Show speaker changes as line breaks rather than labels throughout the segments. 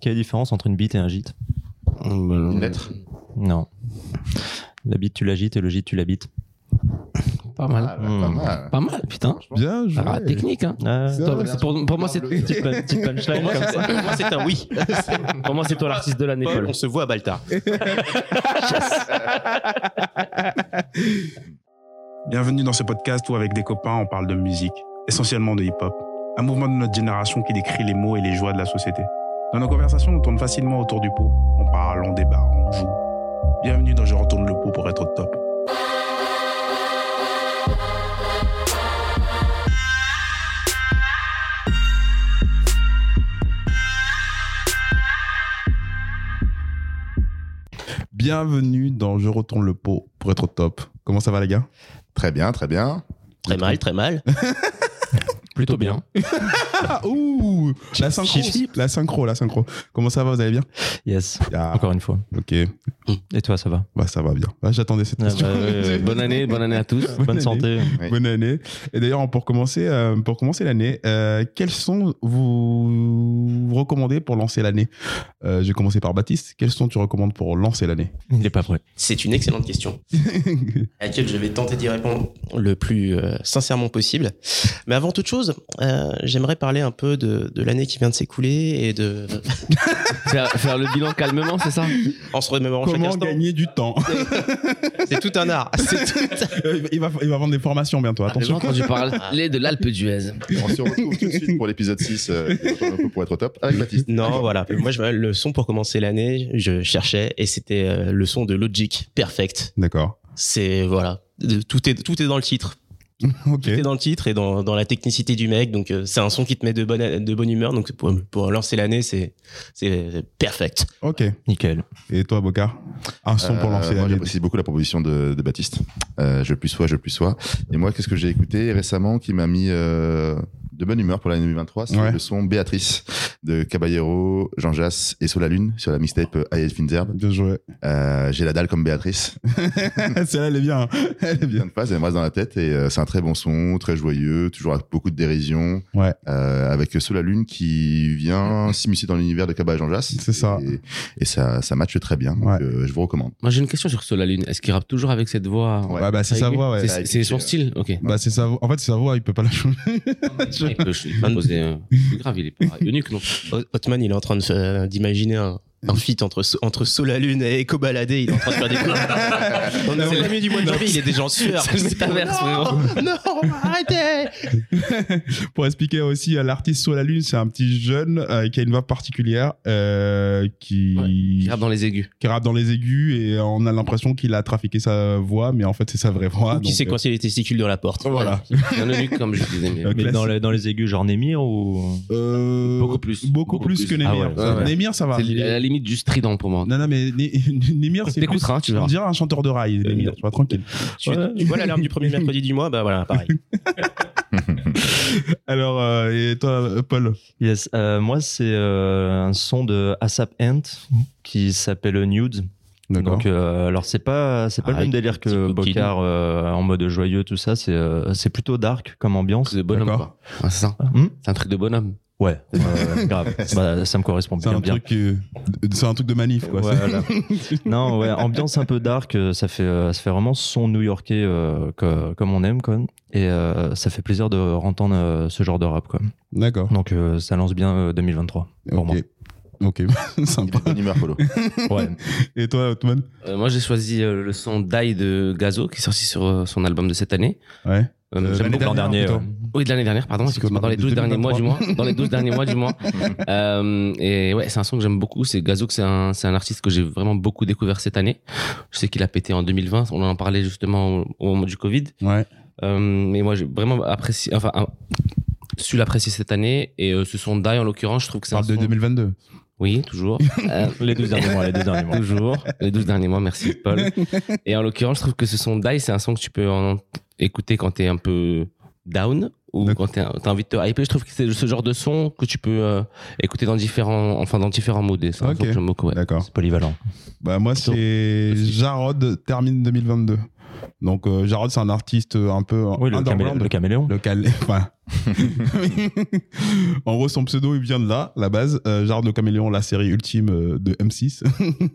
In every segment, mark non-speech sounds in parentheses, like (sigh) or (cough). Quelle est la différence entre une bite et un gîte
Une
Bah,
lettre
Non. La bite, tu l'agites et le gîte, tu l'habites.
Pas mal.
Ah, bah, Pas
Hmm.
mal.
Pas mal, putain.
Franchement.
Bien joué.
Ah, technique, hein.
Ah,
C'est
Toi,
vrai.
c'est Pour, pour moi, c'est
Tableau.
petite, pun- petite punchline
Pour moi,
comme
c'est-
ça.
pour moi, c'est un oui. Pour moi, c'est toi l'artiste de l'année,
Paul,
Paul.
on se voit à Baltar.
Bienvenue dans ce podcast où avec des copains on parle de musique, essentiellement de hip-hop, un mouvement de notre génération qui décrit les mots et les joies de la société. Dans nos conversations, on tourne facilement autour du pot. On parle, on débat, on joue. Bienvenue dans Je retourne le pot pour être au top.
Bienvenue dans Je retourne le pot pour être au top. Comment ça va les gars
Très bien, très bien.
Très mal, très mal.
Plutôt bien.
Ah ouh La synchro,
chip, chip.
la synchro, la synchro. Comment ça va Vous allez bien
Yes,
Ah,
encore une fois.
ok.
Et toi, ça va
Bah ça va bien. Ah, J'attendais cette
Ah,
question.
bah, ouais,
Euh,
(laughs)
Bonne année, bonne année à tous.
Bonne,
année.
santé.
ouais.
Bonne année. Et d'ailleurs, pour commencer, euh, pour commencer l'année, euh, quels sons vous recommandez pour lancer l'année Euh, Je vais commencer par Baptiste. Quels sons tu recommandes pour lancer l'année
Il n'est pas prêt.
C'est une excellente question à laquelle je vais tenter d'y répondre le plus euh, sincèrement possible. Mais avant toute chose, euh, j'aimerais parler un peu de, de l'année qui vient de s'écouler et de (laughs)
Faire, faire le bilan calmement, c'est ça
en se remémorant chaque
Comment
instant.
gagner du temps (laughs)
C'est tout un art. C'est tout.
il, va, il va vendre des formations bientôt.
J'ai
Attention.
entendu parler de l'Alpe d'Huez.
On se retrouve tout de suite pour l'épisode 6
(laughs)
euh, de Retourne le pot pour être au top avec Baptiste.
Non, voilà. Moi, je, le son pour commencer l'année, je cherchais et c'était euh, le son de Logic Perfect.
D'accord.
C'est voilà, De- tout est tout est dans le titre.
Ok.
Tout est dans le titre et dans, dans la technicité du mec. Donc, euh, c'est un son qui te met de bonne, de bonne humeur. Donc, pour, pour lancer l'année, c'est c'est perfect.
Ok.
Nickel.
Et toi, Bocard Un son pour
Euh,
lancer
moi,
l'année.
J'apprécie beaucoup la proposition de, de Baptiste. Euh, je plus sois, je plus sois. Et moi, qu'est-ce que j'ai écouté récemment qui m'a mis euh, de bonne humeur pour l'année 2023 C'est
Ouais.
le son Béatrice de Caballero, Jean Jass et Sous la Lune sur la mixtape euh, Ayel Finzerbe.
Bien joué.
Euh, j'ai la dalle comme Béatrice.
(laughs) Celle-là, elle est bien. hein. (laughs) Elle est
Plein
bien.
de phrases, elle me reste dans la tête et euh, c'est un très bon son, très joyeux, toujours avec beaucoup de dérision.
Ouais.
Euh, avec Sous la Lune qui vient s'immiscer dans l'univers de Caballero Jean Jass.
C'est ça.
Et, et ça, ça matche très bien. Donc,
Ouais.
euh, je vous recommande.
Moi, j'ai une question sur Sol la Lune. Est-ce qu'il rappe toujours avec cette voix
Ouais.
Ouais, bah, c'est sa voix, ouais.
C'est- C'est son style Ok.
Bah, c'est sa voix. En fait, c'est sa voix, il peut pas la changer. (laughs)
Il peut, il peut poser. euh, plus grave, il est pas eunuque, non
Hotman, il est en train de fa- d'imaginer un, un feat entre, So- entre Sous la Lune et Echo Baladé. Il est en train de faire des plans. (laughs) On est au milieu du mois de janvier, il est déjà en sueur.
C'est le métaverse, frérot.
non, non, arrêtez
Pour expliquer aussi, euh, l'artiste sous la lune, c'est un petit jeune euh, qui a une voix particulière euh, qui...
Il rappe dans les aigus.
qui rappe dans les aigus et on a l'impression qu'il a trafiqué sa voix, mais en fait, c'est sa vraie voix.
Qui
donc,
s'est
euh,
coincé les testicules dans la porte.
Voilà.
C'est Un eunuque, comme je disais. mais-
Euh,
Mais
Classique.
dans les, dans les aigus, genre Némir ou.
Euh,
Beaucoup plus.
Beaucoup, plus, que Némir.
Ah ouais.
Euh,
Ouais, ouais.
Némir, ça va.
C'est à la limite du strident pour moi.
Non, non, mais Né- (laughs) Némir, c'est.
T'écouteras,
plus-
hein, tu verras.
On dirait un chanteur de rail, Némir. Tu vois, tranquille.
Tu, tu vois l'alarme du premier mercredi du mois Bah voilà, pareil.
Alors, euh, et toi, euh, Paul
Yes. euh, moi, c'est euh, un son de ASAP Ant qui s'appelle Nudes. Donc, euh, alors c'est pas c'est pas
Ah,
le même
avec
délire
petit
que
coquille.
Bocard euh, en mode joyeux tout ça. C'est euh, c'est plutôt dark comme ambiance.
C'est de bonhomme,
D'accord.
quoi. Ah, c'est ça.
Hmm
C'est un truc de bonhomme.
ouais, euh, grave. Bah, ça me correspond
C'est
bien
un,
bien.
truc, euh, c'est un truc de manif, quoi.
Ouais,
(laughs)
voilà. non, ouais, ambiance un peu dark, euh, ça fait, euh, ça fait vraiment son new-yorkais euh, que- comme on aime, quoi. Et euh, ça fait plaisir de entendre euh, ce genre de rap, quoi.
D'accord.
Donc euh, ça lance bien euh, 2023 pour
Ok. Ok, (laughs)
Il est
sympa.
de bonne humeur, Polo.
moi. Ouais.
Et toi, Otman
Euh, moi, j'ai choisi euh, le son Die de Gazo, qui est sorti sur euh, son album de cette année.
Ouais.
Euh,
Euh,
j'aime
l'année
beaucoup
L'an
Dernière,
dernier.
plutôt.
euh,
Oui, de l'année dernière, pardon,
Parce que
effectivement, dans les
de
12 derniers mois du
2023.
mois. Dans les 12 derniers mois
(laughs)
du mois. Euh, et ouais, c'est un son que j'aime beaucoup. C'est Gazo, que c'est un, c'est un artiste que j'ai vraiment beaucoup découvert cette année. Je sais qu'il a pété en 2020. On en parlait justement au, au moment du Covid.
Ouais.
Euh, mais moi, j'ai vraiment apprécié, enfin, un- su l'apprécier cette année. Et euh, ce son Die, en l'occurrence, je trouve que c'est un
Parle de
son...
2022.
Oui, toujours.
Ah,
Euh,
les 12 derniers mois, les 12 derniers mois.
toujours. Les 12 derniers mois, merci Paul. Et en l'occurrence, je trouve que ce son Die, c'est un son que tu peux en- écouter quand t'es un peu down ou
D'accord.
quand t'es- t'as envie de te hyper. Je trouve que c'est ce genre de son que tu peux euh, écouter dans différents, enfin, dans différents moods. Et C'est un
Ok.
son que j'aime beaucoup. ouais.
D'accord.
C'est polyvalent.
Bah, moi, c'est Jarod termine 2022. Donc, euh, Jarod, c'est un artiste un peu
Oui, le,
underground.
camélé- le caméléon.
Le cal- (laughs) enfin, en gros, son pseudo, il vient de là, la base. Euh, Jard le Caméléon, la série ultime euh, de (laughs) M6,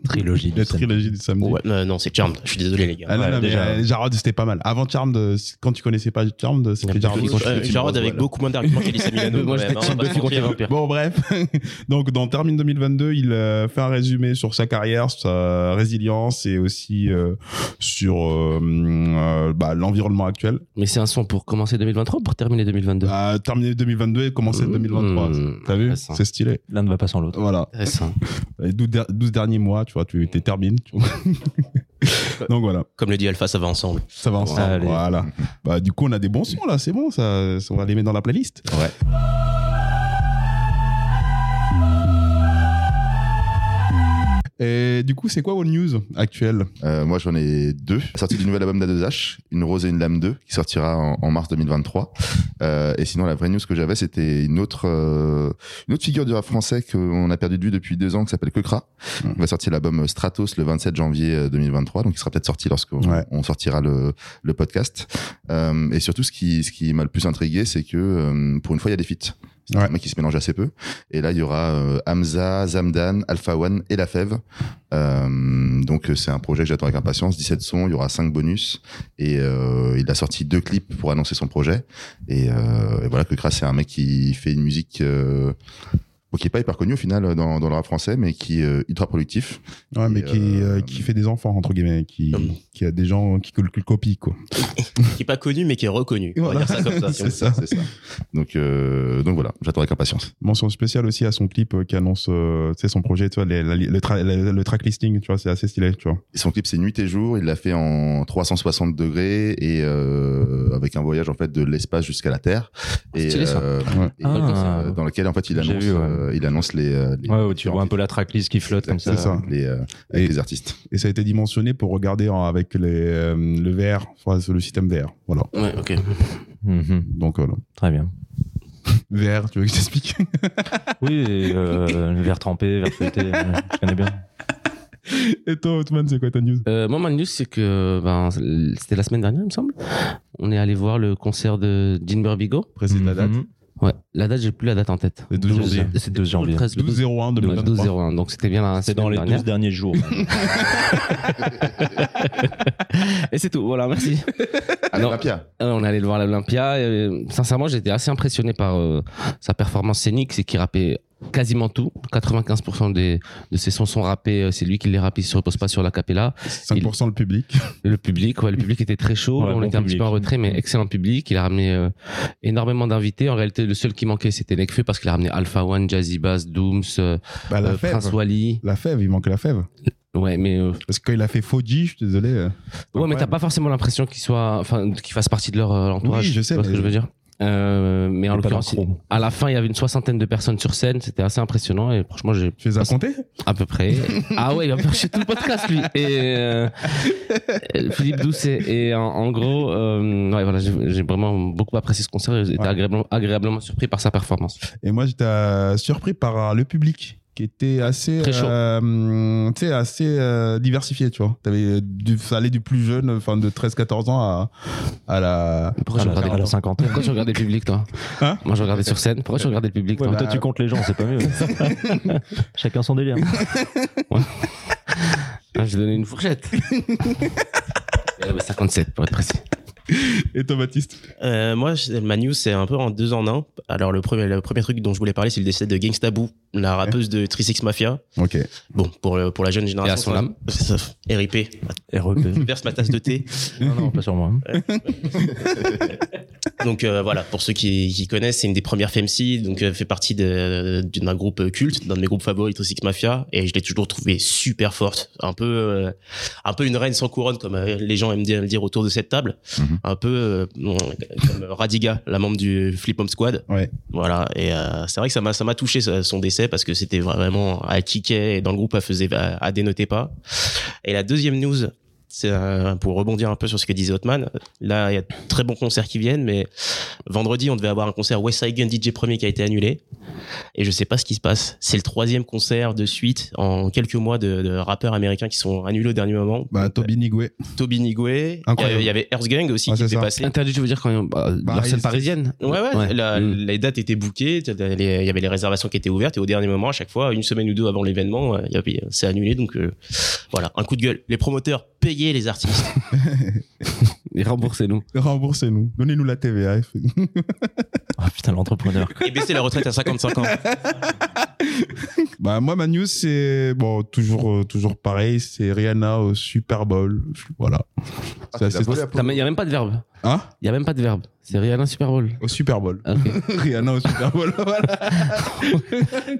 Trilogie.
la trilogie du samedi.
Ouais, euh, non, c'est Charmed. Je suis désolé, les gars.
Ah non,
Ouais,
non, mais,
déjà.
euh, Jarod, c'était pas mal. Avant Charmed, euh, quand tu connaissais pas Charmed, c'était
Jarod
Jarod.
euh, Jarod avec beaucoup moins d'arguments qu'Elisa Milano.
Moi,
quand
j'étais team
même, hein, on va
Buffy
pas
contre
se
les
mentir.
vampires.
Bon, bref. (laughs) Donc, dans Termine 2022, il euh, fait un résumé sur sa carrière, sa résilience et aussi euh, sur euh, euh, bah, l'environnement actuel.
Mais c'est un son pour commencer 2023 ou pour terminer 2022
Bah, terminer 2022 et commencer
Mmh.
2023. T'as vu
Intéressant.
C'est stylé.
L'un ne va pas sans l'autre.
Voilà.
Intéressant.
Les 12, der- 12 derniers mois, tu vois, tu t'es termines. tu vois. (laughs) Donc voilà,
Comme le dit Alpha, ça va ensemble.
ça va ensemble.
Allez.
Voilà. Bah, du coup, on a des bons sons là, c'est bon, ça, ça, on va les mettre dans la playlist.
Ouais.
Et du coup, c'est quoi vos news actuelles
Euh, moi, j'en ai deux. Sortie du nouvel album d'A2H, Une Rose et une Lame 2, qui sortira en, en mars 2023. Euh, et sinon, la vraie news que j'avais, c'était une autre euh, une autre figure du rap français qu'on a perdu de vue depuis deux ans, qui s'appelle Kekra.
Mm.
On va sortir l'album Stratos le 27 janvier euh, 2023, donc il sera peut-être sorti lorsqu'on
Ouais.
on sortira le, le podcast. Euh, et surtout, ce qui, ce qui m'a le plus intrigué, c'est que euh, pour une fois, il y a des feats. C'est
Ouais.
un mec qui se mélange assez peu. Et là, il y aura euh, Hamza, Zamdan, Alpha One et La Fève. Euh, donc euh, c'est un projet que j'attends avec impatience. 17 sons, il y aura 5 bonus et euh, il a sorti deux clips pour annoncer son projet. Et, euh, et voilà que Kras c'est un mec qui fait une musique euh, bon, qui est pas hyper connue au final dans, dans le rap français, mais qui est euh, ultra productif.
Ouais, mais
Et,
qui,
euh,
euh, qui fait des enfants, entre guillemets, qui,
Hum.
qui a des gens qui le copient, quoi.
Qui est pas connu, mais qui est reconnu. On va
Voilà.
dire ça comme ça. si on
C'est ça.
veut.
C'est ça. Donc euh, donc voilà, j'attends avec impatience.
Mention spéciale aussi à son clip euh, qui annonce euh, tu sais, son projet, tu vois, les- la- le, tra- la- le track listing, tu vois, c'est assez stylé, tu vois.
Et son clip c'est nuit et jour. Il l'a fait en 360 degrés et euh, avec un voyage en fait de l'espace jusqu'à la Terre.
C'est Ah, stylé, ça.
euh,
Ouais.
et,
Ah.
euh, dans lequel en fait il
J'ai
annonce,
vu, ouais.
euh, il annonce les, euh, les
Ouais, où tu vois un peu la tracklist qui flotte comme ça.
C'est ça.
avec les, euh, avec
Et-
les artistes.
Et ça a été dimensionné pour regarder en- avec les, euh, le VR, enfin, le système VR. Voilà.
Ouais, ok.
Mhm.
Donc euh, voilà.
Très bien.
VR, tu veux que je t'explique
Oui, et, euh, verre trempé, verre feuilleté, euh, je connais bien.
(laughs) Et toi, Outman, c'est quoi ta news
Euh, moi, ma news, c'est que ben, c'était la semaine dernière, il me semble. On est allé voir le concert de Dean Burbigo.
Précise la date.
Mhm.
Ouais, la date, j'ai plus la date en tête.
Le 12 janvier.
C'est
Le 12
toujours le
janvier.
13, le 12
12-01
Ouais,
2023.
12-01, donc c'était bien la
C'est dans
semaine
les 12
dernière.
derniers jours.
Et c'est tout, voilà, (laughs) merci.
Ah,
Non.
Rapia.
Alors, Euh, on est allé le voir à l'Olympia. et, euh, sincèrement, j'étais assez impressionné par euh, sa performance scénique. C'est qu'il rappait quasiment tout. 95% des, de ses sons sont rappés. euh, C'est lui qui les rappe. Il se repose pas sur la capella.
5% le
(laughs)
public.
Le public, ouais, le public était très chaud.
Ouais,
on
bon
était un petit
public.
peu en retrait, mais excellent public. Il a ramené euh, énormément d'invités. En réalité, le seul qui manquait, c'était Nekfeu parce qu'il a ramené Alpha One, Jazzy Bass, Dooms, euh,
Bah, la
euh,
fève.
Prince Wally.
La fève, il manque la fève.
Ouais, mais euh,
Parce que quand il a fait Foji, je suis désolé. euh,
Ouais, mais
incroyable.
t'as pas forcément l'impression qu'ils soient, enfin, qu'ils fassent partie de leur euh, entourage.
Oui, je sais,
Tu vois ce
mais-
que je veux dire. Euh, mais en
Et pas dans Ah,
l'occurrence,
Chrome.
à la fin, il y avait une soixantaine de personnes sur scène. C'était assez impressionnant et franchement, j'ai
Tu les as comptés
à peu près. ah ouais, il va me faire chier tout le podcast lui. Et euh, euh, Philippe Doucet. Et en, en gros, euh, ouais, voilà, j'ai j'ai vraiment beaucoup apprécié ce concert. J'étais
Ouais.
agréablement, agréablement surpris par sa performance.
Et moi, j'étais euh, surpris par euh, le public qui était assez,
Très chaud.
euh, hum, tu sais, assez euh, diversifié, tu vois. T'avais du, ça allait du plus jeune, enfin de 13-14 ans à, à la...
Pourquoi
à,
tu
la, à
regardais
la cinquantaine.
Ah, Pourquoi tu regardais le public toi
Hein
Moi, je regardais sur scène. Pourquoi tu regardais le public
Ouais, bah.
toi
mais toi, tu comptes les gens, (laughs) c'est pas mieux. Chacun son délire.
Ah, Je donnais une fourchette. Euh, 57 pour être précis.
Et toi, Baptiste
Euh, moi, je- ma news, c'est un peu en deux en un. Alors, le premier, le premier truc dont je voulais parler, c'est le décès de Gangsta Boo, la rappeuse de 36 Mafia.
Ok.
Bon, pour, le- pour la jeune génération.
son âme.
ça- ça- (laughs) RIP.
REP.
Je verse ma tasse de thé.
Non, non, pas sur moi.
Donc euh, voilà, pour ceux qui, qui connaissent, c'est une des premières FMC, donc euh, fait partie de- d'un groupe euh, culte, d'un de mes groupes favoris, Toxic Mafia, et je l'ai toujours trouvée super forte, un peu, euh, un peu une reine sans couronne, comme euh, les gens aiment dire, le dire autour de cette table,
Mhm.
un peu euh, bon, comme euh, Radiga, la membre du Flip Home Squad.
Ouais.
Voilà, et euh, c'est vrai que ça m'a, ça m'a touché ça, son décès parce que c'était vraiment à kicker et dans le groupe, elle faisait, à dénoter pas. Et la deuxième news. c'est un- pour rebondir un peu sur ce que disait Hotman, là, il y a de très bons concerts qui viennent, mais vendredi, on devait avoir un concert West Side Gun DJ premier qui a été annulé. Et je sais pas ce qui se passe. C'est le troisième concert de suite en quelques mois de, de rappeurs américains qui sont annulés au dernier moment.
Bah, Toby Nigwe.
Toby Nigwe, il y
Incroyable.
avait- il y avait Earth Gang aussi
Ouais,
qui
c'est
était
ça.
passé.
Interdit, je veux dire, quand bah,
Bah,
leur scène
ils-
parisienne.
Ouais, ouais,
Ouais.
la-
Mm.
les dates étaient bookées, t'as- t'as les- il y avait les réservations qui étaient ouvertes, et au dernier moment, à chaque fois, une semaine ou deux avant l'événement, euh, il y avait- c'est annulé, donc euh, voilà, un coup de gueule. Les promoteurs, payez les artistes.
Et remboursez-nous.
Remboursez-nous. Donnez-nous la TVA.
(laughs) Oh putain, l'entrepreneur.
et baissez la retraite à 55 ans.
bah, moi, ma news, c'est, bon, toujours, euh, toujours pareil. C'est Rihanna au Super Bowl. Voilà.
Ah,
Ça,
tu l'as
c'est-
volé à
Il n'y a même pas de verbe.
Hein?
Il n'y a même pas de verbe. C'est Rihanna Super Bowl.
Au Super Bowl.
Ok.
(laughs) Rihanna au Super Bowl. voilà.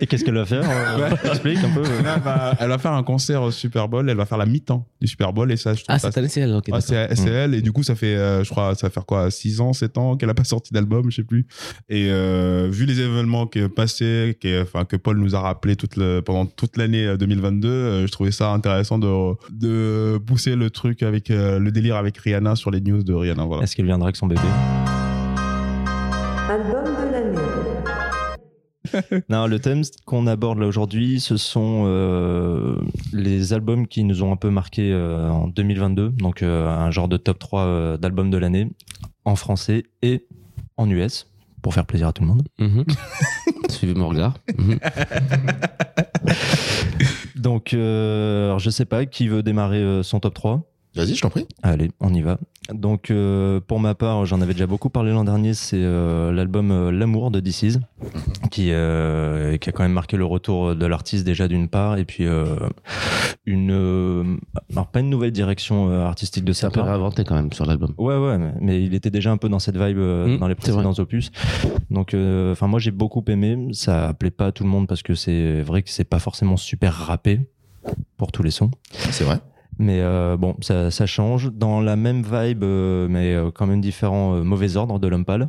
Et qu'est-ce qu'elle va faire euh, (laughs) Explique un peu. euh.
Là, bah, elle va faire un concert au Super Bowl. Elle va faire la mi-temps du Super Bowl. Et ça, je trouve
Ah,
ça
cette année, c'est elle. ok,
Ouais,
d'accord. Mm.
c'est c'est elle, et du coup, ça fait, euh, je crois, ça va faire quoi, 6 ans, 7 ans qu'elle a pas sorti d'album, je sais plus. Et euh, vu les événements qui passaient, qui, enfin, que Paul nous a rappelé toute le, pendant toute l'année euh, 2022, euh, je trouvais ça intéressant de, de pousser le truc avec euh, le délire avec Rihanna sur les news de Rihanna. Voilà.
Est-ce qu'elle viendra avec son bébé
Album de l'année.
Non, le thème qu'on aborde là aujourd'hui, ce sont euh, les albums qui nous ont un peu marqué euh, en 2022, donc euh, un genre de top 3 euh, d'albums de l'année en français et en US pour faire plaisir à tout le monde.
Mhm. Suivez mon regard. Mhm.
Donc euh, alors, je sais pas qui veut démarrer euh, son top 3.
Vas-y, je t'en prie.
Allez, on y va. Donc euh, pour ma part, j'en avais déjà beaucoup parlé l'an dernier, c'est euh, l'album euh, L'amour de This Is,
Mhm.
qui, euh, qui a quand même marqué le retour de l'artiste déjà d'une part, et puis euh, une... euh, alors pas une nouvelle direction euh, artistique de
C'est
sa
un peu
part.
réinventé quand même sur l'album.
Ouais, ouais, mais, mais il était déjà un peu dans cette vibe euh,
Mm,
dans les
c'est vrai.
précédents opus. Donc, euh, enfin, moi j'ai beaucoup aimé. Ça plaît pas à tout le monde parce que c'est vrai que c'est pas forcément super rappé pour tous les sons.
Ah,
C'est vrai.
Mais euh, bon, ça, ça change. Dans la même vibe, euh, mais euh, quand même différent, euh, Mauvais Ordre de l'homme pâle,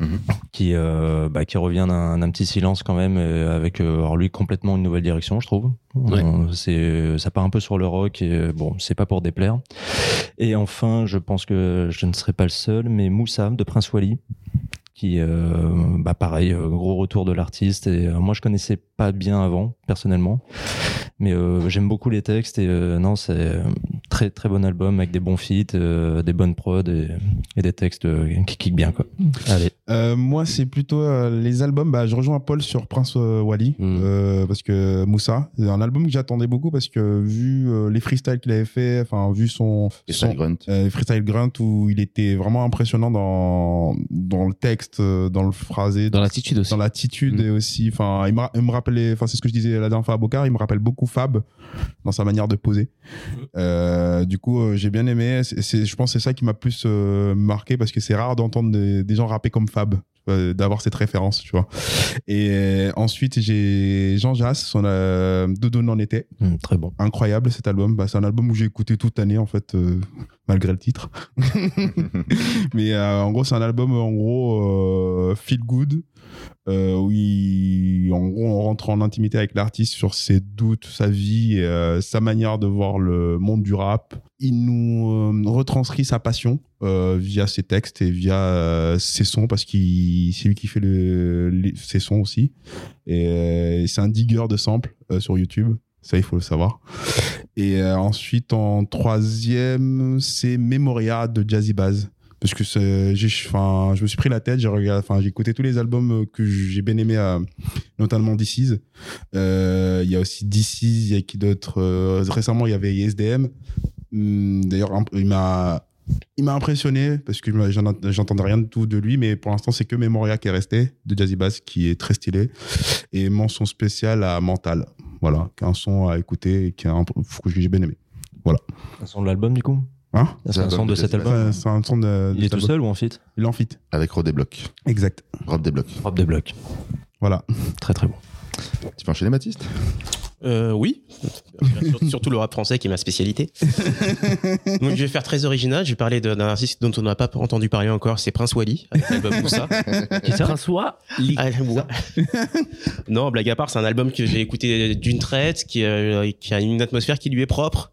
Mhm.
qui, euh, bah, qui revient d'un d'un petit silence quand même, euh, avec euh, alors lui complètement une nouvelle direction, je trouve.
Ouais.
On- c'est ça part un peu sur le rock, et euh, bon, c'est pas pour déplaire. Et enfin, je pense que je ne serai pas le seul, mais Moussa de Prince Wally. Qui, euh, bah pareil, euh, gros retour de l'artiste. Et euh, moi, je connaissais pas bien avant, personnellement mais euh, j'aime beaucoup les textes et euh, non c'est euh, très très bon album avec des bons feats euh, des bonnes prods et, et des textes euh, qui kickent bien quoi allez
Euh, moi, c'est plutôt euh, les albums. Bah, je rejoins Paul sur Prince euh, Wally
Mm.
euh, parce que Moussa, c'est un album que j'attendais beaucoup parce que vu euh, les freestyles qu'il avait fait, enfin vu son,
Et
son-
Style Grunt.
euh, Freestyle Grunt où il était vraiment impressionnant dans, dans le texte, euh, dans le phrasé,
Dans
dans,
l'attitude aussi.
dans l'attitude
Mm.
et aussi. Enfin, il, m'a- il me rappelait, enfin, c'est ce que je disais la dernière fois à Bocard, il me rappelle beaucoup Fab dans sa manière de poser. Euh, du coup, euh, j'ai bien aimé. C'est- c'est- je pense que c'est ça qui m'a plus euh, marqué parce que c'est rare d'entendre des, des gens rapper comme Fab. euh, d'avoir cette référence tu vois et euh, ensuite j'ai Jean Jass son euh, Doudou en était
Hum, très bon
incroyable cet album. Bah, c'est un album où j'ai écouté toute l'année en fait, euh, malgré le titre. Mais euh, en gros, c'est un album en gros euh, feel good euh, où il- en gros on rentre en intimité avec l'artiste sur ses doutes, sa vie, et, euh, sa manière de voir le monde du rap. Il nous euh, retranscrit sa passion euh, via ses textes et via euh, ses sons parce qu'il c'est lui qui fait le, les- ses sons aussi. Et euh, c'est un digger de samples euh, sur YouTube. Ça, il faut le savoir. Et euh, ensuite, en troisième, c'est Memoria de Jazzy Bass. Parce que c'est- j'ai, enfin, je me suis pris la tête, j'ai regardé, enfin, j'ai écouté tous les albums euh, que j'ai bien aimé, euh, notamment This Is. Euh, Il y a aussi This Is, il y a qui d'autre euh, Récemment, il y avait ISDM. Hum, D'ailleurs, imp- il m'a, il m'a impressionné parce que je m'a- j'en- j'entendais rien de tout de lui, mais pour l'instant, c'est que Memoria qui est resté de Jazzy Bass, qui est très stylé. Et mention spéciale à Mental voilà, qui est un son à écouter et qui est un que j'ai bien aimé.
un son de l'album du coup
Hein
un son de cet album
Ouais, c'est un son de.
il est tout seul ou en feat
Il est en fit.
Avec Rob Desblocs.
Exact.
Rob Desblocs.
Rob de bloc
Voilà.
Ah
très très bon
Tu peux enchaîner, Baptiste
Euh, oui, Sur- surtout le rap français qui est ma (laughs) spécialité. Donc je vais faire très original, je vais parler d'un d'un artiste dont on n'a pas entendu parler encore, c'est Prince Wally, avec l'album Moussa.
Qui ça François Lee.
Ah, ouais. (laughs) non, blague à part, c'est un album que j'ai écouté d'une traite, qui, euh, qui a une atmosphère qui lui est propre.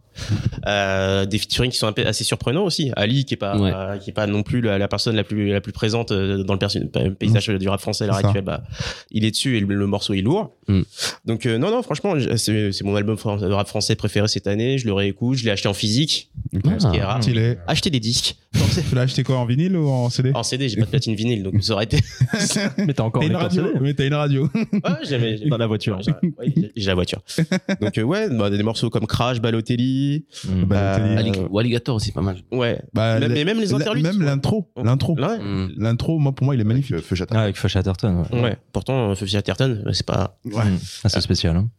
Euh, des featuring qui sont un peu- assez surprenants aussi. Ali qui est pas
Ouais.
euh, qui est pas non plus la, la personne la plus la plus présente euh, dans le perso- paysage du rap français à l'heure
C'est ça.
actuelle. Bah, il est dessus et le, le morceau est lourd.
Mm.
Donc euh, non non franchement j- c'est c'est mon album fran- de rap français préféré cette année. Je le réécoute, je l'ai acheté en physique,
Ah.
ce qui est rare.
Stylé.
Acheter des disques. Non, c'est-
Tu l'as acheté quoi en vinyle ou en CD
En CD, j'ai pas de platine vinyle, donc ça aurait été.
(laughs) Mais t'as encore
T'as
les
une radio.
cordes
Mais t'as une radio.
Ouais, j'avais.
CD dans la voiture.
j'avais- ouais, j'ai- J'ai la voiture. (laughs) Donc, euh, ouais, bah, des morceaux comme Crash, Balotelli.
Mm.
Bah,
Euh,
t'as dit-
Allig- Ou Alligator aussi, pas mal.
Ouais.
Bah,
Même-
la-
mais Euh, même les
la-
interludes.
Même l'intro. L'intro.
Ouais.
Mm.
L'intro, moi, pour moi, il est magnifique.
Feu Chatin.
Ah, avec Fush Atherton, ouais.
Ouais. Pourtant, euh, Fifi Atherton, euh, c'est pas.
Mm. Ah, c'est spécial. hein.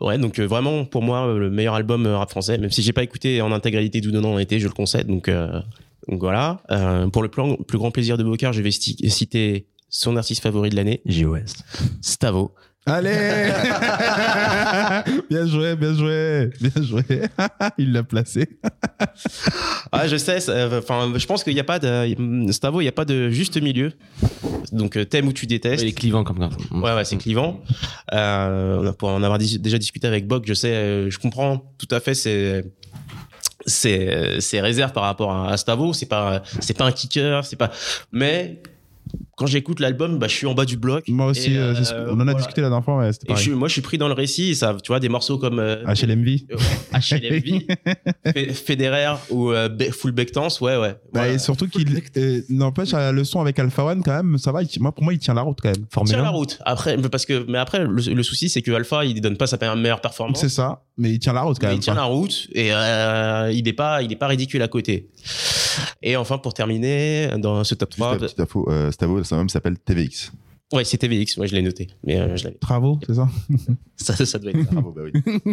Ouais, donc euh, vraiment, pour moi, euh, le meilleur album euh, rap français, même si j'ai pas écouté en intégralité Doudou en été, je le concède. Donc, euh, donc voilà. Euh, pour le plan- plus grand plaisir de Bocard, je vais sti- citer son artiste favori de l'année,
J.O. West.
Stavo.
Allez (laughs) Bien joué, bien joué, bien joué. (laughs) Il l'a placé.
Ah, je sais. ça- Enfin, je pense qu'il n'y a pas de Stavo, il n'y a pas de juste milieu. Donc, euh, t'aimes ou tu
Ouais,
détestes.
Il est clivant comme garçon. Mm.
Ouais, ouais, c'est clivant. Euh, on a- pour en avoir dis- déjà discuté avec Bock, je sais, euh, je comprends tout à fait ses, ses, ses réserves par rapport à, à Stavo. C'est pas, c'est pas un kicker, c'est pas. Mais quand j'écoute l'album, bah, je suis en bas du bloc.
Moi aussi,
Et,
euh, c'est ce-
euh,
on en a
voilà.
discuté la dernière fois, mais c'était
Et je
pareil. Ah,
suis- moi, je suis pris dans le récit. Et ça, tu vois, des morceaux comme euh,
HLMV.
euh,
(laughs)
HLMV, Fe- Federer ou euh, Be- Full Bectance. Ouais, ouais.
Bah,
Voilà.
Et surtout qu'il euh, n'empêche euh, le son avec Alpha One quand même, ça va. il- moi, pour moi, il tient la route quand même.
Formule
tient
1.
la route. Après, mais parce que, mais après, le, le souci, c'est que Alpha, il donne pas sa meilleure performance.
C'est ça, mais il tient la route quand
Mais
même. hein.
il tient la route et euh, il n'est pas, il est pas ridicule à côté. Et enfin, pour terminer, dans ce top
Juste
3,
la petite info, euh, Stavo, son album s'appelle TVX.
ouais, c'était VX, moi je l'ai noté, mais euh, je l'avais.
Travaux, c'est ça
Ça, ça doit être.
Bravo, bah oui.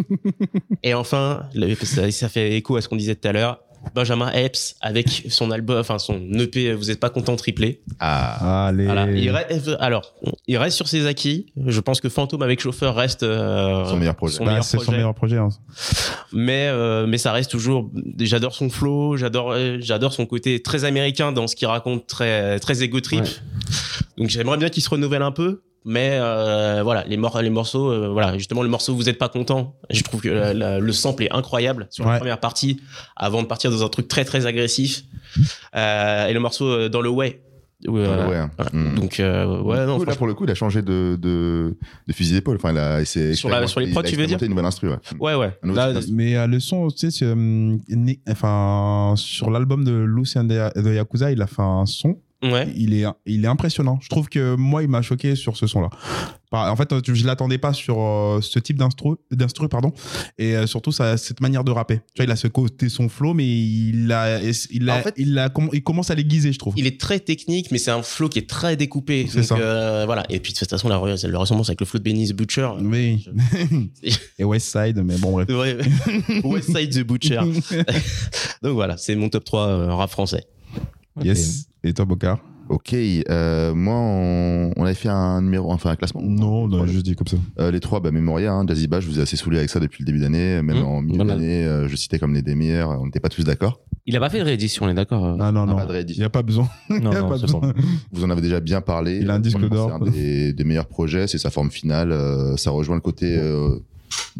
Et enfin, le- ça, ça fait écho à ce qu'on disait tout à l'heure. Benjamin Epps avec son album, enfin son EP, vous n'êtes pas content triplé.
Ah,
Allez.
Voilà. Il reste, alors, il reste sur ses acquis. Je pense que Fantôme avec chauffeur reste euh,
son meilleur projet.
son
Bah,
meilleur
c'est son
projet.
meilleur projet. hein.
mais euh, mais ça reste toujours j'adore son flow j'adore euh, j'adore son côté très américain dans ce qu'il raconte très très ego trip
Ouais.
donc j'aimerais bien qu'il se renouvelle un peu mais euh, voilà les mor les morceaux euh, voilà justement le morceau vous êtes pas content je trouve que la- la- le sample est incroyable sur
Ouais.
la première partie avant de partir dans un truc très très agressif Euh, et le morceau euh, dans le way Où, euh,
Ouais, hein.
voilà.
Mm.
donc euh, ouais non
Du coup, là,
franchement-
pour le coup, il a changé de, de, de fusil d'épaule. Enfin, il a, essayé
Sur la- sur les prods, tu veux dire
une nouvelle instru, ouais.
ouais ouais
Un autre
Là,
truc.
Mais euh, le son, tu sais, c'est, euh, né- enfin, sur l'album de Lucien de, de Yakuza, il a fait un son.
ouais
Il est, il est impressionnant. Je trouve que moi, il m'a choqué sur ce son-là. Par- En fait, euh, je l'attendais pas sur euh, ce type d'instru, d'instru, pardon, et euh, surtout sa- cette manière de rapper. Tu vois, il a ce côté son flow, mais il a, il a,
En fait-
il a, comm- il commence à l'aiguiser, je trouve.
il est très technique, mais c'est un flow qui est très découpé.
C'est
Donc,
ça.
euh, voilà. Et puis de toute façon, la, re- la ressemblance avec le flow de Benny's Butcher.
Mm.
Oui. (laughs) et Westside, mais bon, bref.
(laughs)
Ouais. West Side the Butcher. Donc voilà, c'est mon top 3 euh, rap français.
(laughs) yes. Et toi, Bocard
Ok, euh, moi, on, on avait fait un numéro, enfin un classement.
non,
Trois,
juste dit comme ça.
Euh, les trois, bah, Memoria, hein, Jazzy Bass, je vous ai assez saoulé avec ça depuis le début d'année. Même
Mmh,
en milieu
pas mal.
d'année, euh, je citais comme les des meilleurs. On n'était pas tous d'accord.
Il a pas fait de réédition, on est d'accord. euh.
Ah non, non.
pas de
Il
réédition.
n'y a pas besoin.
Non,
Il y a
non,
pas
c'est bon.
Vous en avez déjà bien parlé.
Il a un disque
Moi, je pense
d'or,
que
quoi.
C'est un des, des meilleurs projets. C'est sa forme finale. euh, ça rejoint le côté. euh,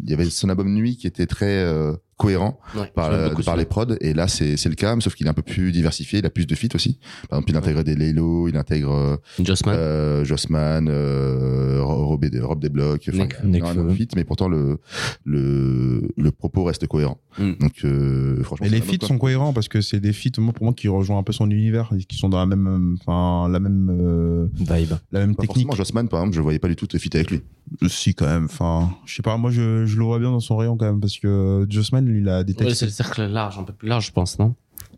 il y avait son album Nuit qui était très euh, cohérent
Ouais,
par,
j'aime
euh,
beaucoup
par
celui-là.
les prods. Et là, c'est c'est le cas, sauf qu'il est un peu plus diversifié. Il a plus de feats aussi. Par exemple, il intègre des Lelo, il intègre euh,
Jossman.
euh, Jossman, euh, Ro- Rob, des- Rob Desblocs, enfin,
Nick-
il y a
Nick
énormément de
Feu.
feats, mais pourtant le, le, le propos reste cohérent.
Mm.
Donc, euh, franchement,
Et
c'est
les
un
feats
autre-
sont cohérents parce que c'est des feats moi, pour moi qui rejoignent un peu son univers, et qui sont dans la même, enfin la même, euh, (laughs)
Vibe.
la même
Pas
technique.
Bah, Forcément, Jossman, par exemple, je voyais pas du tout te feat avec lui.
Euh, Si quand même, enfin je sais pas, moi je, je le vois bien dans son rayon quand même parce que euh, Jossman il a des
Ouais,
textes.
c'est le cercle large, un peu plus large, je pense, non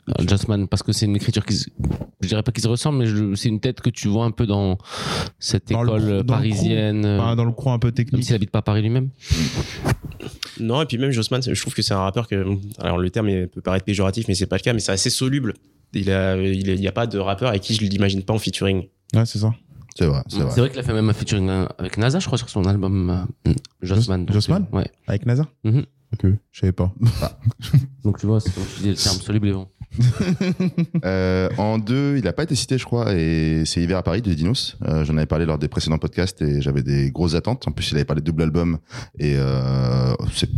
Euh, Jossman, parce que c'est une écriture qui, se- je dirais pas qu'ils se ressemble, mais je- c'est une tête que tu vois un peu dans cette
Dans le
école
crew- dans le crew.
parisienne, euh,
Enfin, dans le coin un peu
même
technique.
s'il habite pas à Paris lui-même.
Non, et puis même Jossman, je trouve que c'est un rappeur que. Alors le terme il peut paraître péjoratif, mais c'est pas le cas, mais c'est assez soluble. Il n'y a, il il y a pas de rappeur avec qui je l'imagine pas en featuring.
Ouais, c'est ça.
C'est vrai, c'est
C'est
vrai.
vrai qu'il a fait même un featuring euh, avec NASA, je crois, sur son album euh, Jossman. Donc,
Jossman
euh, Ouais.
Avec NASA.
Mhm.
Ok, je savais pas.
Donc tu vois, c'est comme tu dis, le terme soluble est bon.
Euh, en deux, il a pas été cité, je crois, et c'est Hiver à Paris de Dinos. Euh, J'en avais parlé lors des précédents podcasts et j'avais des grosses attentes. En plus, il avait parlé de double album et euh, c'est-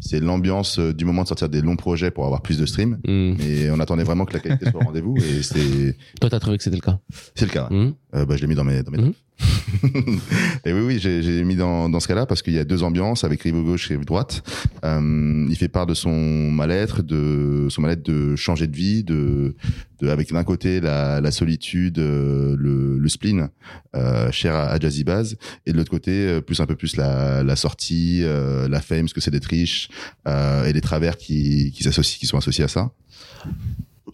C'est l'ambiance euh, du moment de sortir des longs projets pour avoir plus de streams.
Hmm.
Et on attendait vraiment que la qualité soit au rendez-vous. Et c'est
Toi, t'as trouvé que c'était le cas.
c'est le cas. ouais.
Hmm.
Euh, bah, je l'ai mis dans mes, dans mes
Mhm.
notes. (laughs) et oui, oui, j'ai j'ai mis dans, dans ce cas-là parce qu'il y a deux ambiances avec rive gauche et rive droite. Euh, il fait part de son mal-être, de son mal-être de changer de vie, de, de avec d'un côté la, la solitude, euh, le, le spleen, euh, cher à, à Jazzy Baz, et de l'autre côté euh, plus un peu plus la, la sortie, euh, la fame, ce que c'est d'être riche euh, et les travers qui, qui s'associent, qui sont associés à ça.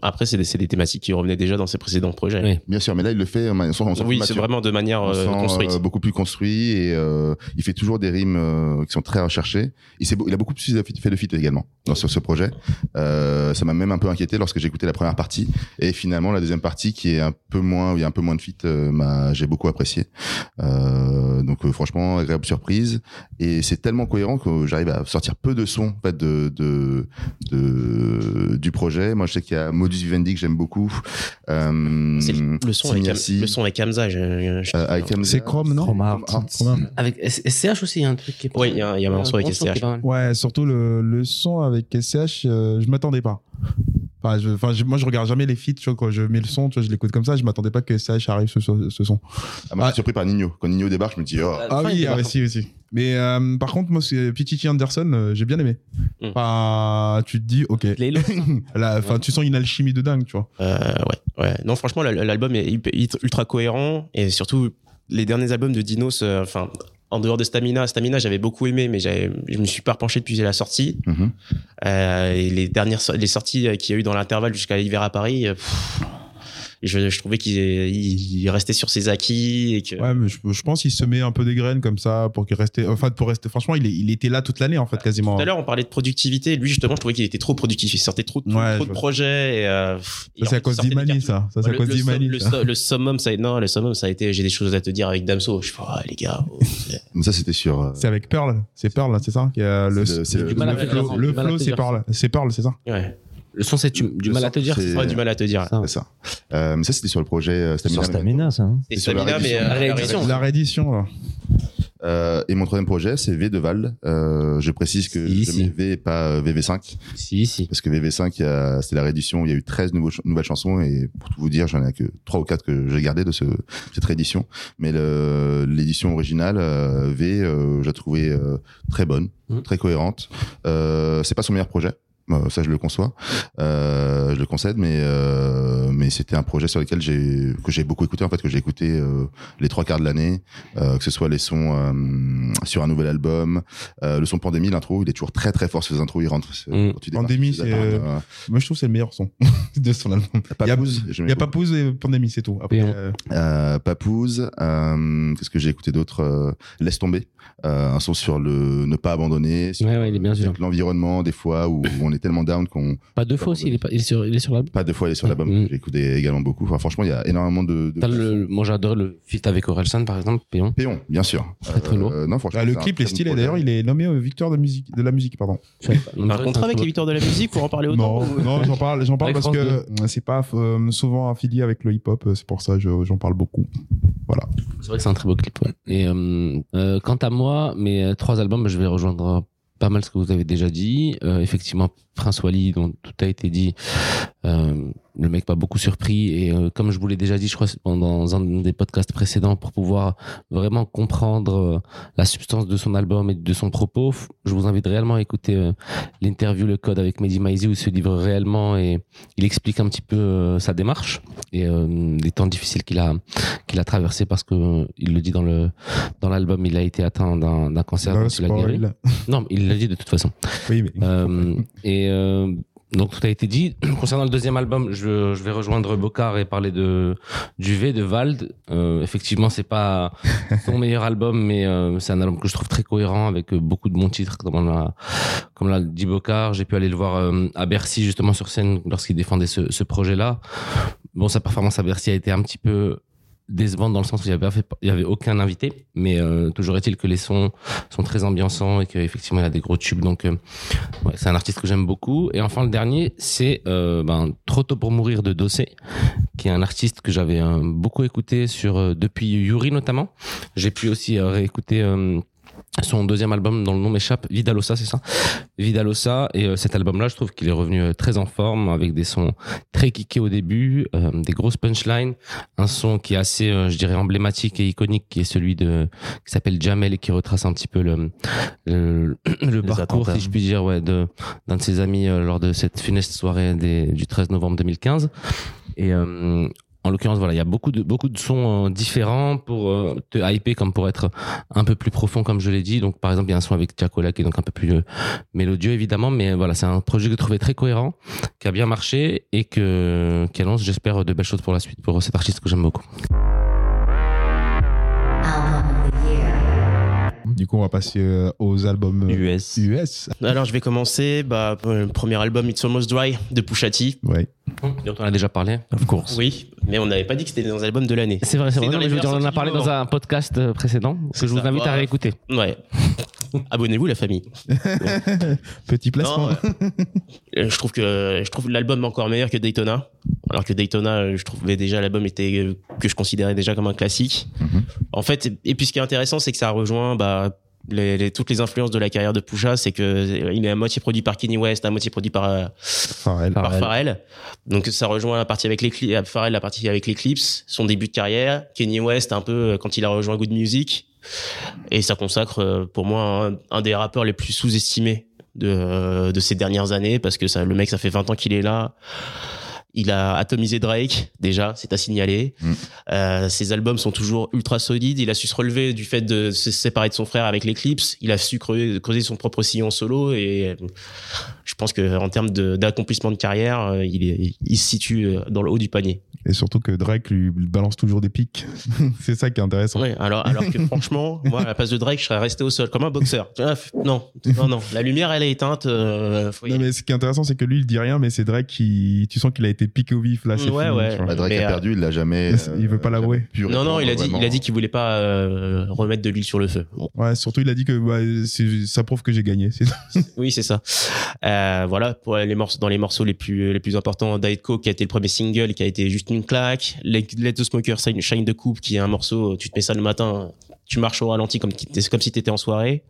Après, c'est des, c'est des thématiques qui revenaient déjà dans ses précédents projets.
Oui.
Bien sûr, mais là il le fait, euh, on s'en- on s'en
oui,
fout,
c'est
Mathieu.
vraiment de manière
On
euh,
sent,
construite.
euh, beaucoup plus construit et euh, il fait toujours des rimes euh, qui sont très recherchées. Il, s'est beau- il a beaucoup plus fait de feat également dans, sur ce projet. Euh, ça m'a même un peu inquiété lorsque j'ai écouté la première partie et finalement la deuxième partie qui est un peu moins où il y a un peu moins de feat, euh, m'a- j'ai beaucoup apprécié. Euh, donc euh, franchement agréable surprise et c'est tellement cohérent que j'arrive à sortir peu de sons en fait, de, de, de- du projet. Moi je sais qu'il y a Modus Vivendi que j'aime beaucoup. Euh,
C'est le, le son avec, Ham-
Signassi,
le son avec Hamza. je- je-
euh, avec Ah, Hamza.
C'est Chrome, non
Chrome Art.
Chrome Art.
Chrome Art.
Avec S- SCH aussi, il y a un truc qui est pas
Oui, il y a un- il y a
Euh,
un morceau avec
bon son
SCH.
qui est pas mal.
Ouais, surtout le, le son avec SCH, euh, je m'attendais pas. Enfin, je, enfin, je- moi, je regarde jamais les feats, tu vois, quand je mets le son, tu vois, je l'écoute comme ça, je m'attendais pas que SCH arrive ce, ce- ce son.
Ah, moi,
Ah.
je suis surpris par Nino. Quand Nino débarque, je me dis, oh,
Euh,
Ah
Enfin,
oui,
il
ah ouais,
débarque.
si, oui, si. Mais euh, par contre, moi, c'est Pichichi Anderson, euh, j'ai bien aimé.
Hmm.
Enfin, tu te dis, ok, (laughs)
Il est lourd.
là, enfin, tu sens une alchimie de dingue, tu vois.
Euh, ouais, ouais. Non, franchement, l'al- l'album est hyper- hyper- ultra cohérent et surtout les derniers albums de Dinos, euh, enfin, en dehors de Stamina, Stamina, j'avais beaucoup aimé, mais j'avais- je me suis pas repenché depuis la sortie.
Mhm.
Euh, et les dernières so- les sorties euh, qu'il y a eu dans l'intervalle jusqu'à l'hiver à Paris, euh, pff, je, je trouvais qu'il il- il restait sur ses acquis et que.
Ouais, mais je, je pense qu'il se met un peu des graines comme ça pour qu'il reste. Enfin, pour rester. Franchement, il, est- il était là toute l'année, en fait, quasiment.
Bah, Tout à l'heure, on parlait de productivité. Lui, justement, je trouvais qu'il était trop productif. Il sortait trop, trop,
Ouais,
trop
je vois.
de projets. et, euh, pff, et
Ça,
en
c'est
fait,
à
il
cause
sortait des
d'Imani, ça. Ça, c'est à
le,
cause
le somme-
d'Imani.
le
ça.
so- le summum, ça a- non, le summum, ça a été. J'ai des choses à te dire avec Damso. Je fais, ah, les gars. oh, c'est-
Mais ça, c'était sur. euh,
C'est avec Pearl, c'est Pearl, c'est ça qui a le,
C'est le- c'est
le,
le-
le
du mal à-
flow, le
du mal à
flow,
te
c'est
dire.
Pearl, c'est Pearl, c'est ça.
ouais.
Le son, c'est du, du
Le
mal à
son,
te dire.
c'est-
c'est
Ah, du mal à te dire.
ça.
C'est ça. Euh, mais ça, c'était sur le projet euh, Stamina.
Sur Stamina, ça. hein.
C'est
C'est sur la
Stamina, mais
réédition.
euh,
La
la
réédition.
réédition.
La réédition. Là.
Euh, et mon troisième projet, c'est V de Val. Euh, je précise que
Si,
je
si.
mets V et pas euh, VV5.
Si, si.
Parce que VV5, il y a- c'est la réédition où il y a eu 13 nouveaux ch- nouvelles chansons. Et pour tout vous dire, j'en ai que 3 ou 4 que j'ai gardé de ce, cette réédition. Mais le- l'édition originale, euh, V, euh, je la trouvais euh, très bonne,
Mhm.
très cohérente. Euh, c'est pas son meilleur projet. Euh, Ça, je le conçois, euh, je le concède, mais euh, mais c'était un projet sur lequel j'ai que j'ai beaucoup écouté en fait, que j'ai écouté euh, les trois quarts de l'année, euh, que ce soit les sons euh, sur un nouvel album, euh, le son pandémie, l'intro, il est toujours très très fort sur les intros, il rentre. c'est-
Mm.
quand tu démarres,
Pandémie,
tu les
c'est,
attaques,
euh, Moi, je trouve que c'est le meilleur son (laughs) de son album.
euh,
Il y a-
Papouze,
Il
j'aime
n'y a
beaucoup.
pas pause et pandémie, c'est tout. Après,
Et on-
euh,
Euh, Papouze, euh, qu'est-ce que j'ai écouté d'autre Euh, Laisse tomber, euh, un son sur le ne pas abandonner, sur
Ouais, ouais, il est bien sûr.
avec l'environnement des fois où, où on est tellement down qu'on
Pas deux fois aussi, il est, pas- il est sur, il est sur l'album.
pas deux fois aller sur l'album.
Mm.
J'ai écouté également beaucoup. Enfin, franchement, il y a énormément de, de...
T'as le- Moi, j'adore le feat avec Orelsan, par exemple, Péon.
Péon, bien sûr. Euh,
Très, très lourd.
non, franchement,
ah, le
c'est un
clip
très
est
bon
stylé.
projet.
D'ailleurs, il est nommé euh, Victoire de, musique, de la musique, pardon.
Un contrat avec les victoires de la musique pour en parler autant.
Non, non, j'en parle, j'en parle
Avec
parce que euh, c'est pas euh, souvent affilié avec le hip-hop. euh, C'est pour ça que je- j'en parle beaucoup. Voilà.
C'est vrai que c'est un très beau clip. ouais. Et euh, euh, quant à moi, mes euh, trois albums, je vais rejoindre pas mal ce que vous avez déjà dit. Euh, effectivement, Prince Wally, dont tout a été dit, euh, le mec m'a beaucoup surpris. Et euh, comme je vous l'ai déjà dit, je crois, dans- dans un des podcasts précédents, pour pouvoir vraiment comprendre euh, la substance de son album et de son propos, f- je vous invite réellement à écouter euh, l'interview Le Code avec Mehdi Maizi, où il se livre réellement et il explique un petit peu euh, sa démarche et euh, les temps difficiles qu'il a qu'il a traversé parce que euh, il le dit dans le dans l'album il a été atteint d'un d'un cancer
Bah,
dont il
c'est
a guéri.
pas-
non il l'a dit de toute façon
Oui, mais.
euh, et euh, donc tout a été dit. (clears throat) Concernant le deuxième album, je, je vais rejoindre Bocard et parler de du V de Vald. Euh, effectivement, c'est pas son meilleur album, mais euh, c'est un album que je trouve très cohérent avec euh, beaucoup de bons titres. Comme on a, comme l'a dit Bocard, j'ai pu aller le voir euh, à Bercy justement sur scène lorsqu'il défendait ce, ce projet-là. Bon, sa performance à Bercy a été un petit peu décevante dans le sens où il y avait, pas- il y avait aucun invité, mais euh, toujours est-il que les sons sont très ambiançants et qu'effectivement il y a des gros tubes. Donc euh, Ouais, c'est un artiste que j'aime beaucoup. Et enfin, le dernier, c'est euh, ben, Trop tôt pour mourir de Dossé, qui est un artiste que j'avais euh, beaucoup écouté sur, euh, depuis Yuri notamment. J'ai pu aussi euh, réécouter euh, son deuxième album dont le nom m'échappe, Vidalosa, c'est ça Vidalosa, et euh, cet album-là, je trouve qu'il est revenu euh, très en forme, avec des sons très kickés au début, euh, des grosses punchlines, un son qui est assez, euh, je dirais, emblématique et iconique, qui est celui de qui s'appelle Jamel et qui retrace un petit peu le, le, le parcours,
attentats.
si je puis dire, ouais, de d'un de ses amis euh, lors de cette funeste soirée des- du 13 novembre 2015. Et euh, en l'occurrence, voilà, il y a beaucoup de beaucoup de sons euh, différents pour euh, te hyper comme pour être un peu plus profond, comme je l'ai dit. Donc, par exemple, il y a un son avec Tiakola qui est donc un peu plus euh, mélodieux, évidemment, mais voilà, c'est un projet que je trouvais très cohérent, qui a bien marché et que qui annonce, j'espère, de belles choses pour la suite pour cet artiste que j'aime beaucoup.
Album of the Year.
Du coup, on va passer euh, aux albums euh,
US.
US.
(laughs)
Alors, je vais commencer. Bah, euh, premier album, It's Almost Dry de Pusha T,
Ouais.
Donc, on en a déjà parlé.
Of course.
Oui, mais on n'avait pas dit que c'était dans les albums de l'année.
C'est vrai, c'est vrai.
C'est dans
Non,
les
mais je veux dire,
meilleures
on en a
sorties
parlé
du
dans
moment.
un podcast euh, précédent que
C'est
je vous
ça.
invite à
Ouais.
réécouter.
(laughs)
Ouais. Abonnez-vous, la famille.
Petit placement.
Non, euh, je trouve que je trouve l'album encore meilleur que Daytona. Alors que Daytona, euh, je trouvais déjà l'album était euh, que je considérais déjà comme un classique.
Mhm.
En fait, et puis ce qui est intéressant, c'est que ça rejoint bah, les, les- toutes les influences de la carrière de Pusha, c'est que euh, il est à moitié produit par Kenny West, à moitié produit par euh,
Pharrell.
par Pharrell. Donc ça rejoint la partie avec les cli- euh, Pharrell, la partie avec les clips, son début de carrière, Kanye West un peu euh, quand il a rejoint Good Music, et ça consacre euh, pour moi un, un des rappeurs les plus sous-estimés de, euh, de ces dernières années parce que ça, le mec ça fait 20 ans qu'il est là. Il a atomisé Drake déjà, c'est à signaler.
Mm.
Euh, ses albums sont toujours ultra solides. Il a su se relever du fait de se séparer de son frère avec les clips. Il a su creuser, creuser son propre sillon solo et euh, je pense que en termes de- d'accomplissement de, carrière, euh, il, est, il se situe euh, dans le haut du panier.
Et surtout que Drake lui balance toujours des pics. (laughs) c'est ça qui est intéressant.
Ouais, alors, alors que (laughs) franchement, moi, à la place de Drake, je serais resté au sol comme un boxeur. Ah, f- Non, non, non. La lumière, elle est éteinte. euh, faut y
Non,
aller.
mais ce qui est intéressant, c'est que lui, il dit rien, mais c'est Drake qui. Tu sens qu'il a été piqué au vif, là. C'est
Ouais,
fini,
ouais.
tu vois.
Bah, Drake
Mais,
a
euh,
perdu, il l'a jamais. euh,
il veut pas
jamais
l'avouer.
pu
non, non,
répondre
il a dit,
vraiment.
il a dit qu'il voulait pas euh, remettre de l'huile sur le feu. Bon,
Ouais, surtout, il a dit que bah, c'est- ça prouve que j'ai gagné. C'est ça.
oui, c'est ça. Euh, voilà, pour les morceaux, dans les morceaux les plus les plus importants, Diet Coke qui a été le premier single, et qui a été juste une claque. Let Let the Smoker Shine, Shine the Coupe, qui est un morceau, tu te mets ça le matin, tu marches au ralenti comme qui- c'est comme si t'étais en soirée.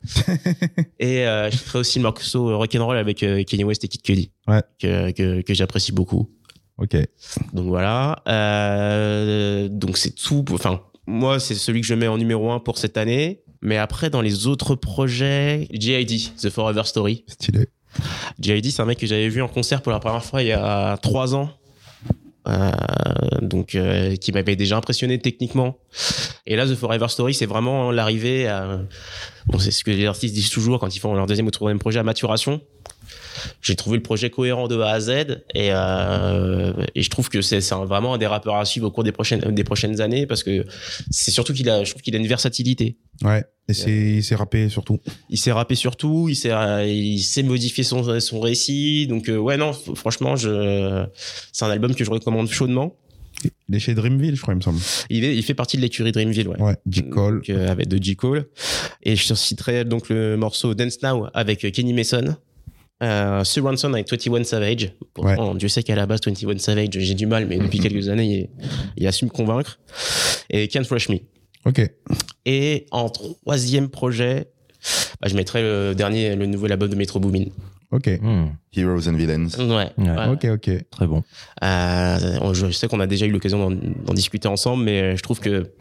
et euh, je ferai aussi le morceau Rock'n'Roll avec euh, Kanye West et Kid Cudi,
Ouais.
que que, que j'apprécie beaucoup.
Ok.
Donc voilà. Euh, donc c'est tout. pour- Enfin, moi, c'est celui que je mets en numéro un pour cette année. Mais après, dans les autres projets, J.I.D., The Forever Story.
Stylé.
J.I.D., c'est un mec que j'avais vu en concert pour la première fois il y a trois ans. Euh, donc, euh, qui m'avait déjà impressionné techniquement. Et là, The Forever Story, c'est vraiment l'arrivée à. Bon, c'est ce que les artistes disent toujours quand ils font leur deuxième ou troisième projet à maturation. J'ai trouvé le projet cohérent de A à Z et, euh, et je trouve que c'est c'est un- vraiment un des rappeurs à suivre au cours des prochaines, des prochaines années parce que c'est surtout qu'il a, je trouve qu'il a une versatilité.
Ouais. Et c'est il s'est rappé surtout.
Il s'est rappé sur tout, il s'est, euh, il s'est modifié son, son récit. Donc, euh, ouais, non, f- franchement, je, c'est un album que je recommande chaudement.
Il est chez Dreamville, je crois, il me semble.
Il, est, il fait partie de l'écurie Dreamville, ouais.
Ouais. J. Cole.
Donc, euh, avec de J. Cole. Et je citerai donc le morceau Dance Now avec euh, Kenny Mason. Euh, Surround Sound avec 21 Savage.
Ouais. Mm-hmm.
Pourtant, Dieu sait qu'à la base, 21 Savage, j'ai du mal, mais depuis quelques années, il, il a su me convaincre. Et Can't Rush Me.
Ok.
Et en troisième projet, bah, je mettrai le dernier, le nouvel album de Metro Boomin.
Ok.
Hmm,
Heroes and Villains.
Ouais.
Ouais.
Ok, ok.
très bon.
Euh, on- je sais qu'on a déjà eu l'occasion d'en- d'en discuter ensemble, mais euh, je trouve que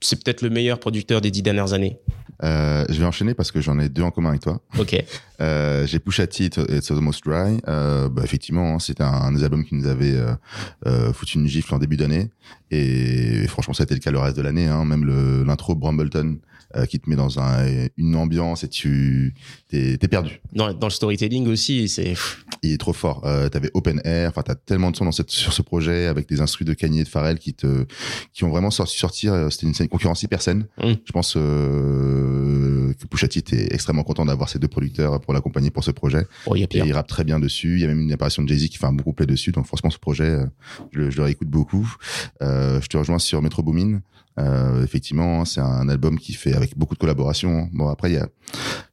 c'est peut-être le meilleur producteur des dix dernières années.
Euh, je vais enchaîner parce que j'en ai deux en commun avec toi.
Ok.
Euh, j'ai Pusha T, It- It's Almost Dry. Euh, bah, effectivement, hein, c'était un, un des albums qui nous avait euh, euh, foutu une gifle en début d'année. Et, franchement, ça a été le cas le reste de l'année. Hein. Même le- l'intro Brumbleton euh, qui te met dans un, une ambiance et tu t'es t'es perdu.
Dans, dans le storytelling aussi, c'est. pff,
Il est trop fort. Euh, t'avais Open Air. Enfin, t'as tellement de sons dans cette, sur ce projet avec des instrus de Kanye et de Pharrell qui te, qui ont vraiment sorti sortir. euh, C'était une, c'est une concurrence hyper saine.
Mm.
Je pense euh, que Pusha T est extrêmement content d'avoir ces deux producteurs pour l'accompagner pour ce projet.
Oh, il y a
Et
pire.
il rappe très bien dessus. Il y a même une apparition de Jay-Z qui fait un bon couplet dessus. Donc, franchement, ce projet, euh, je, le- je le réécoute beaucoup. Euh, je te rejoins sur Metro Boomin. Euh, effectivement, hein, c'est un album qui fait avec beaucoup de collaborations. hein. Bon, après, il y a,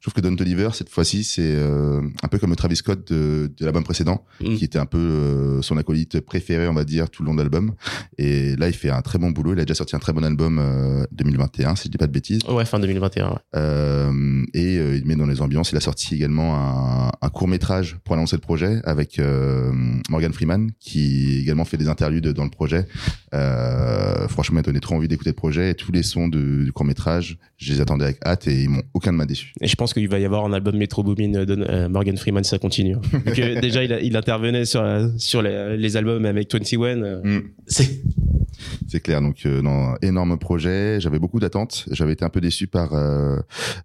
je trouve que Don Toliver, cette fois-ci, c'est euh, un peu comme le Travis Scott de, de l'album précédent,
Mm.
qui était un peu euh, son acolyte préféré, on va dire, tout le long de l'album. Et là, il fait un très bon boulot. Il a déjà sorti un très bon album euh, 2021, si je dis pas de bêtises.
Ouais, fin 2021. ouais.
Euh, et euh, il met dans les ambiances. Il a sorti également un, un court métrage pour annoncer le projet avec euh, Morgan Freeman, qui également fait des interludes dans le projet. Euh, franchement, il m'a donné trop envie d'écouter le projet. Et tous les sons de- du court métrage, je les attendais avec hâte et ils m'ont aucun de m'a déçu.
Et je pense qu'il va y avoir un album Metro Boomin euh, de euh, Morgan Freeman, ça (laughs) continue. Vu que déjà, il, a- il intervenait sur, euh, sur les, les albums avec 21. euh,
Mm.
c'est-
C'est clair. Donc, euh, non, énorme projet. J'avais beaucoup d'attentes. J'avais été un peu déçu par euh,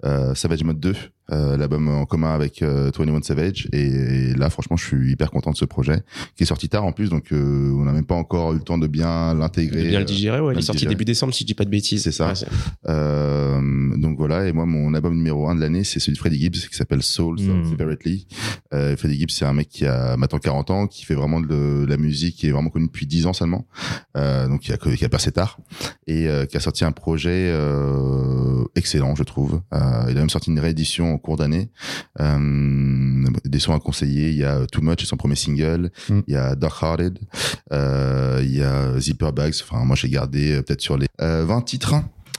euh, Savage Mode 2, euh, l'album en commun avec euh, 21 Savage. Et, là, franchement, je suis hyper content de ce projet qui est sorti tard en plus. Donc, euh, on n'a même pas encore eu le temps de bien l'intégrer.
de bien
euh,
le digérer, ouais. Il
le
est sorti
digérer.
début décembre, si je dis pas de bêtises.
C'est ça.
Ouais, c'est-
Euh, donc voilà, et moi mon album numéro un de l'année, c'est celui de Freddie Gibbs qui s'appelle Soul Sound
Mm.
Separately. Euh, Freddie Gibbs, c'est un mec qui a maintenant 40 ans, qui fait vraiment de, la musique, qui est vraiment connu depuis 10 ans seulement, euh, donc qui a, qui a percé tard et euh, qui a sorti un projet euh, excellent, je trouve. Euh, il a même sorti une réédition en cours d'année. Euh, des sons à conseiller, il y a euh, Too Much, son premier single,
Mm.
il y a Dark Hearted, euh, il y a Zipper Bags, enfin moi j'ai gardé euh, peut-être sur les euh, 20 titres.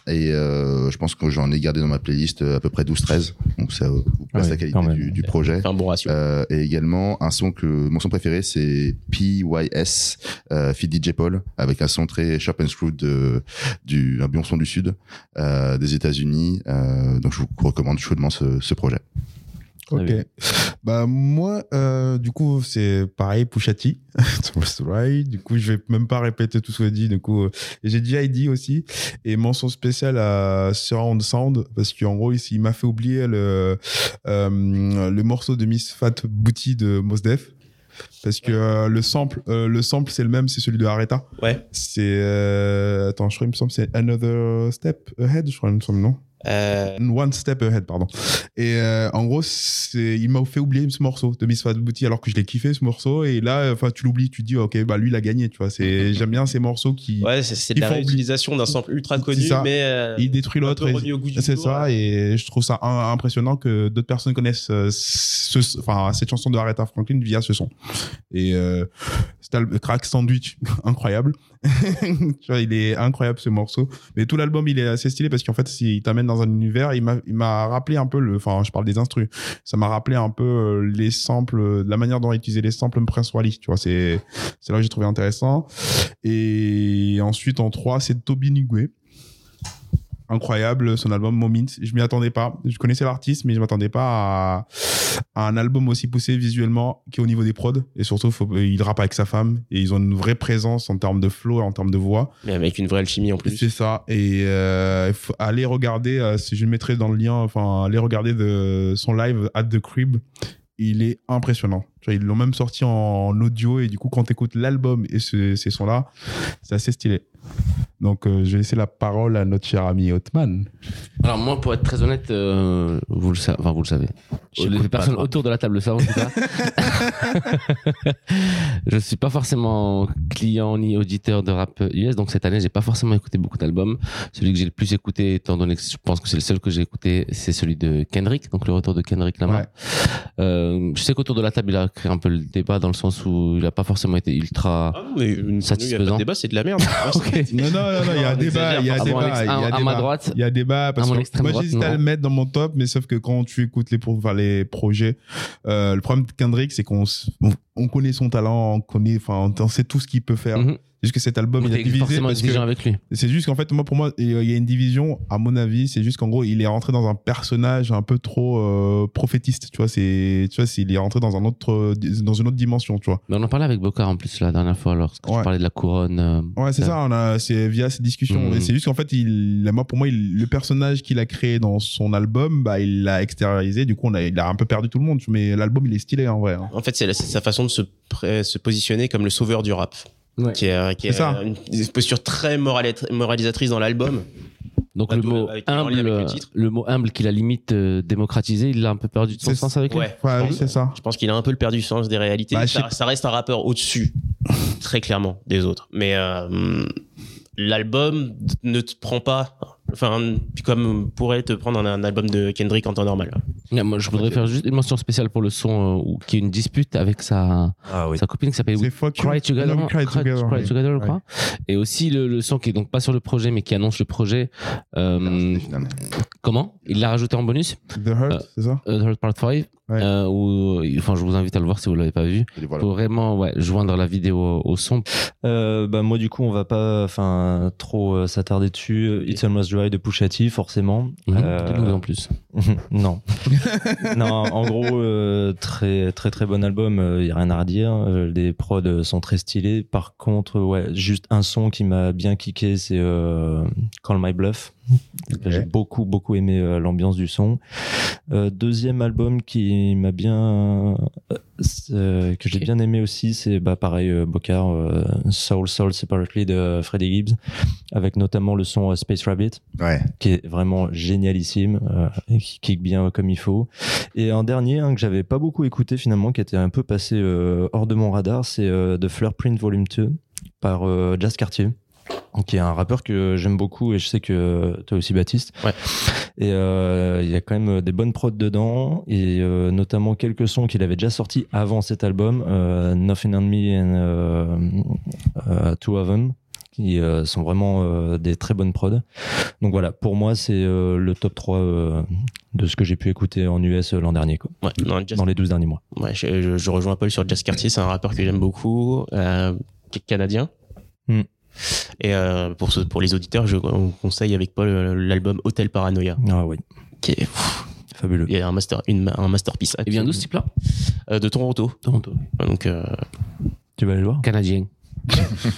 Et euh, je pense que j'en ai gardé dans ma playlist euh, à peu près 12-13. Donc ça euh, vous place
Ah oui,
la
quand
qualité
même.
du, du projet.
c'est un bon ratio.
Euh, et également un son que mon son préféré c'est PYS euh, Fit DJ Paul avec un son très sharp and screw de du un bon son du sud euh, des États-Unis euh, donc je vous recommande chaudement ce, ce projet
Très
Ok.
bien.
Bah, moi, euh, du coup, c'est pareil, Pushati. (laughs) du coup, je vais même pas répéter tout ce qu'on a dit. Du coup, euh, et j'ai dit ID aussi. Et mention spéciale à Surround Sound. Parce qu'en gros, il, il m'a fait oublier le, euh, le morceau de Miss Fat Booty de Mos Def. Parce que euh, le sample, euh, le sample, c'est le même, c'est celui de Areta.
Ouais.
C'est euh, attends, je crois, il me semble, c'est Another Step Ahead, je crois, il me semble, non
Euh,
One Step Ahead, pardon. Et euh, en gros, c'est, il m'a fait oublier ce morceau de Miss Fat Booty alors que je l'ai kiffé ce morceau. Et là, enfin, tu l'oublies, tu te dis, ok, bah lui, il a gagné, tu vois.
(laughs)
C'est, j'aime bien ces morceaux qui,
ouais, c'est- c'est
il
de la
faut oublier-
réutilisation d'un sample ultra
C'est
connu,
ça.
mais. euh,
il détruit l'autre.
un
et-
peu remis au goût du
c'est
jour,
ça,
ouais.
et je trouve ça im- impressionnant que d'autres personnes connaissent euh, ce, enfin, cette chanson de Aretha Franklin via ce son. Et euh, cet al- Crack Sandwich, (laughs) incroyable. tu vois, il est incroyable ce morceau. Mais tout l'album, il est assez stylé parce qu'en fait, il t'amène dans un univers. Il m'a il m'a rappelé un peu, le, enfin, je parle des instrus. Ça m'a rappelé un peu euh, les samples, euh, la manière dont il utilisait les samples Prince Wally. Tu vois, c'est c'est là que j'ai trouvé intéressant. Et ensuite, en 3, c'est Toby Nigwe incroyable son album Moments je m'y attendais pas je connaissais l'artiste mais je m'attendais pas à, à un album aussi poussé visuellement qu'au niveau des prods et surtout faut- il rappe avec sa femme et ils ont une vraie présence en termes de flow et en termes de voix
Mais avec une vraie alchimie en plus.
c'est ça et euh, faut aller regarder euh, si je le mettrai dans le lien enfin aller regarder de, son live at the crib il est impressionnant Tu vois, ils l'ont même sorti en audio et du coup quand t'écoutes l'album et ce- ces sons là c'est assez stylé donc euh, je vais laisser la parole à notre cher ami Hotman
Alors moi, pour être très honnête, euh, vous le savez, enfin vous le savez.
J'écoute
Les
pas
personnes
trop.
autour de la table le savent en tout
(laughs)
cas. je suis pas forcément client ni auditeur de rap US, donc cette année j'ai pas forcément écouté beaucoup d'albums. Celui que j'ai le plus écouté, étant donné que je pense que c'est le seul que j'ai écouté, c'est celui de Kendrick, donc le retour de Kendrick Lamar.
Ouais.
Euh, je sais qu'autour de la table il a créé un peu le débat dans le sens où il a pas forcément été ultra.
Ah, mais une il y a pas
Satisfaisant.
de débat, c'est de la (laughs) merde. Ouais,
Ok.
Non, non, non, non, il y a un
on
débat,
exagère,
il y a un
Ah bon,
débat,
Alex,
il y a
à-
un
à ma
débat.
droite,
Il y a un débat parce
À mon
que
extrême
moi
droite,
j'hésite à
non.
le mettre dans mon top, mais sauf que quand tu écoutes les, pro- enfin, les projets, euh, le problème de Kendrick, c'est qu'on s- on, on connaît son talent, on connaît, enfin, on sait tout ce qu'il peut faire.
Mhm.
C'est Juste que cet album, il a
T'es
divisé
forcément
parce que
exigeant avec lui.
c'est juste qu'en fait, moi, pour moi, il y a une division, à mon avis, c'est juste qu'en gros, il est rentré dans un personnage un peu trop euh, prophétiste, tu vois, c'est, tu vois, c'est- il est rentré dans un autre, dans une autre dimension, tu vois.
Mais on en parlait avec Bocard en plus la dernière fois lorsque
Ouais.
tu parlais de la couronne. euh,
Ouais, c'est
de-
ça, on a, c'est via ces discussions.
Mhm.
Et c'est juste qu'en fait, il, moi, pour moi, il- le personnage qu'il a créé dans son album, bah, il l'a extériorisé. Du coup, on a, il a un peu perdu tout le monde. Mais l'album, il est stylé, en vrai. hein.
En fait, c'est la- c'est sa façon de se, pré- se positionner comme le sauveur du rap.
Ouais.
Qui est, euh, qui
C'est
est
ça.
euh, une, une posture très morali- moralisatrice dans l'album.
Donc
Bah,
le
d'où
mot,
le- avec- en lien
humble,
avec le
euh,
titre.
le, mot humble qui la limite euh, démocratisé, il l'a un peu perdu de son
C'est-
sens avec lui.
Ouais.
Ouais,
je,
c'est
pense,
ça.
je pense qu'il a un peu le perdu sens des réalités.
Bah, je
ça, ça reste un rappeur au-dessus, très clairement, des autres. Mais euh, l'album ne te prend pas, enfin, comme pourrait te prendre un, un album de Kendrick en temps normal.
Ouais, moi, je voudrais faire juste une mention spéciale pour le son euh, où- qui est une dispute avec sa,
Ah
sa copine qui s'appelle
C'est fuck you,
Cry Together,
don't Cry Together,
Cry
ouais.
Together, je
Ouais.
crois. Et aussi le, le son qui est donc pas sur le projet mais qui annonce le projet. euh,
Finalement.
comment Il l'a rajouté en bonus,
The Hurt, c'est ça
euh, The Hurt Part 5.
Ouais.
euh, où, enfin, je vous invite à le voir si vous l'avez pas vu.
Et voilà.
Pour vraiment ouais, joindre la vidéo au son.
Euh, bah moi du coup on va pas enfin trop euh, s'attarder dessus Euh, It's Almost Dry de Pusha T forcément
Mhm.
Euh,
Dites-nous en plus.
(laughs) non non en gros euh, très très très bon album il y a rien à redire Euh, les prods sont très stylés par contre ouais juste un son qui m'a bien kické c'est euh, Call My Bluff j'ai beaucoup beaucoup aimé euh, l'ambiance du son Euh, deuxième album qui m'a bien euh, que j'ai
Ok.
bien aimé aussi c'est bah pareil euh, Bocard euh, Soul Soul Separately de Freddie Gibbs avec notamment le son euh, Space Rabbit
Ouais.
qui est vraiment génialissime euh, et qui kick bien comme il faut et un dernier hein, que j'avais pas beaucoup écouté finalement qui était un peu passé euh, hors de mon radar c'est euh, The Fleur Print Volume 2 par euh, Jazz Cartier qui est un rappeur que j'aime beaucoup et je sais que toi aussi Baptiste
Ouais.
et euh, il y a quand même des bonnes prods dedans et euh, notamment quelques sons qu'il avait déjà sortis avant cet album euh, Nothing on Me and euh, euh, Two of Them qui euh, sont vraiment euh, des très bonnes prods donc voilà pour moi c'est euh, le top 3 euh, de ce que j'ai pu écouter en US l'an dernier quoi,
Ouais, non, Jazz-
dans les 12 derniers mois
ouais, je, je- je rejoins Paul sur Jazz Cartier, c'est un rappeur que j'aime beaucoup, euh, qui est canadien.
Hmm.
Et euh, pour, ceux- pour les auditeurs, je on conseille avec Paul euh, l'album Hotel Paranoia,
ah oui
qui est, pff,
fabuleux
il y a un, master, une, ma- un masterpiece.
Et Eh bien d'où ce type-là
Euh, De Toronto.
Toronto.
Ouais, Donc, euh,
tu vas aller le voir
Canadien. (laughs)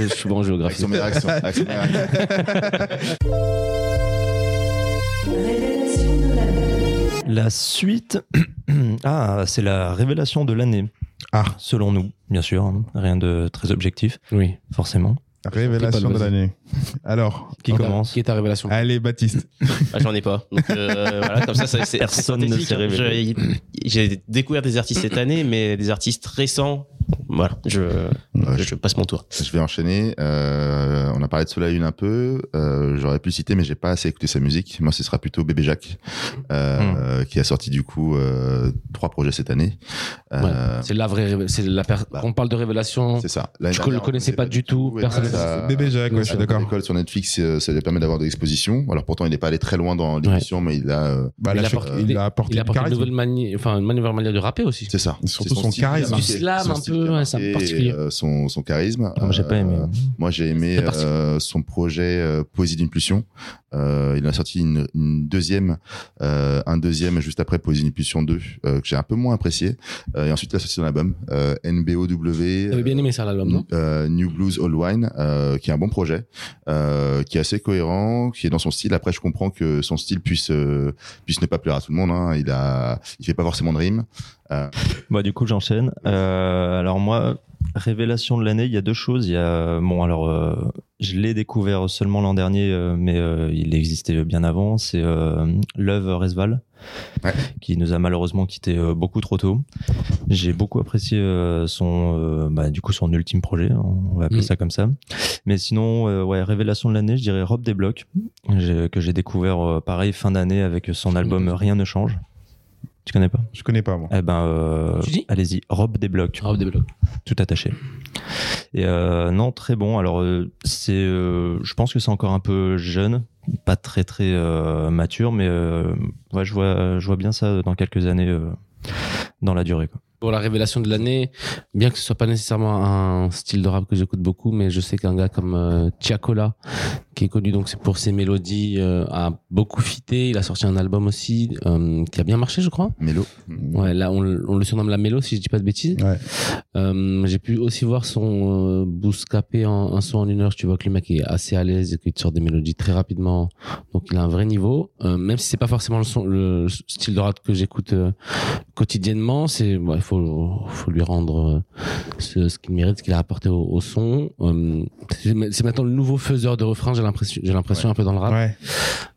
je suis bon en géographie.
Action, mais action, action, mais action.
(laughs)
Révélation de l'année.
La suite, (clears throat) ah, c'est la révélation de l'année.
Ah.
Selon nous, bien sûr, hein. rien de très objectif,
Oui.
forcément.
Révélation
Paul,
de
vas-y.
l'année. (laughs) Alors,
Qui commence
Qui est ta révélation
allez, Baptiste.
(laughs) Ah, J'en ai pas. Donc, euh, voilà, comme ça, ça- c'est
Personne
c'est
ne
synthétique,
s'est
hein.
révélé.
Je- J'ai découvert des artistes cette année, mais des artistes récents. Voilà, je,
Ouais,
je, je passe mon tour.
Je vais enchaîner. Euh, on a parlé de Sola Une un peu. Euh, J'aurais pu citer, mais j'ai pas assez écouté sa musique. Moi, ce sera plutôt Bébé Jacques,
Mmh.
euh, qui a sorti du coup euh, trois projets cette année. Euh,
Ouais. C'est la vraie révé- c'est la per-
bah,
on parle de révélation.
C'est ça.
Je le connaissais pas du tout, personne ne
connaissait. Euh, Bébé Jacques, ouais,
Euh,
je suis d'accord.
L'école sur Netflix, euh, ça lui permet d'avoir de l'exposition. Alors pourtant, il n'est pas allé très loin dans l'émission, mais il a. euh,
Bah, la
Il a
cho-
apporté-
il a apporté
Il
du
a apporté une
charisme.
nouvelle mani- enfin une nouvelle manière de rapper aussi.
c'est ça.
Surtout
C'est
son
style qui a
charisme.
marqué.
Du slam
Son
un
style
peu,
qui a
ouais, c'est
marqué
particulier.
et, euh, son, son charisme.
Ah, Moi, j'ai pas aimé.
Euh, Moi, j'ai aimé
C'est parti.
euh, son projet euh, Poésie d'une pulsion. Euh, il en a sorti une, une deuxième, euh, un deuxième juste après Poésie d'une pulsion 2, euh, que j'ai un peu moins apprécié. Euh, et ensuite, il a sorti son album euh, NBOW.
J'avais bien aimé ça l'album, non
euh, New Blues All Wine, euh, qui est un bon projet, euh, qui est assez cohérent, qui est dans son style. Après, je comprends que son style puisse euh, puisse ne pas plaire à tout le monde. Hein. Il a, il fait pas forcément de rimes.
Bah, du coup, j'enchaîne. Euh, alors, moi, révélation de l'année, il y a deux choses. Il y a, bon, alors, euh, je l'ai découvert seulement l'an dernier, euh, mais euh, il existait bien avant. C'est euh, Love Resval,
Ouais.
qui nous a malheureusement quitté euh, beaucoup trop tôt. J'ai beaucoup apprécié euh, son, euh, bah, du coup, son ultime projet. On va appeler
Mm.
ça comme ça. Mais sinon, euh, ouais, révélation de l'année, je dirais Rob Desblocs, j'ai- que j'ai découvert, euh, pareil, fin d'année avec son album Rien ne change. Tu connais pas
Je connais pas, moi.
eh ben, euh,
Tu dis
allez-y, robe des blocs,
Rap des blocs.
tout attaché. Et euh, non, très bon. Alors, euh, c'est, euh, je pense que c'est encore un peu jeune, pas très très euh, mature, mais euh, ouais, je vois, je vois bien ça dans quelques années, euh, dans la durée. Quoi.
Pour la révélation de l'année, bien que ce soit pas nécessairement un style de rap que j'écoute beaucoup, mais je sais qu'un gars comme euh, Tiakola, qui est connu donc pour ses mélodies, euh, a beaucoup fité. Il a sorti un album aussi euh, qui a bien marché, je crois.
Mélo.
Ouais, là on, le- on le surnomme la mélo si je dis pas de bêtises.
Ouais.
Euh, j'ai pu aussi voir son euh, bouscapé en un son en une heure. Tu vois que le mec est assez à l'aise et qu'il te sort des mélodies très rapidement. Donc il a un vrai niveau. Euh, même si c'est pas forcément le, son, le style de rap que j'écoute euh, quotidiennement, c'est bon, il faut faut lui rendre euh, ce, ce qu'il mérite, ce qu'il a apporté au, au son. Euh, c'est c'est maintenant le nouveau faiseur de refrains. J'ai l'impression, j'ai l'impression un peu dans le rap.
Ouais.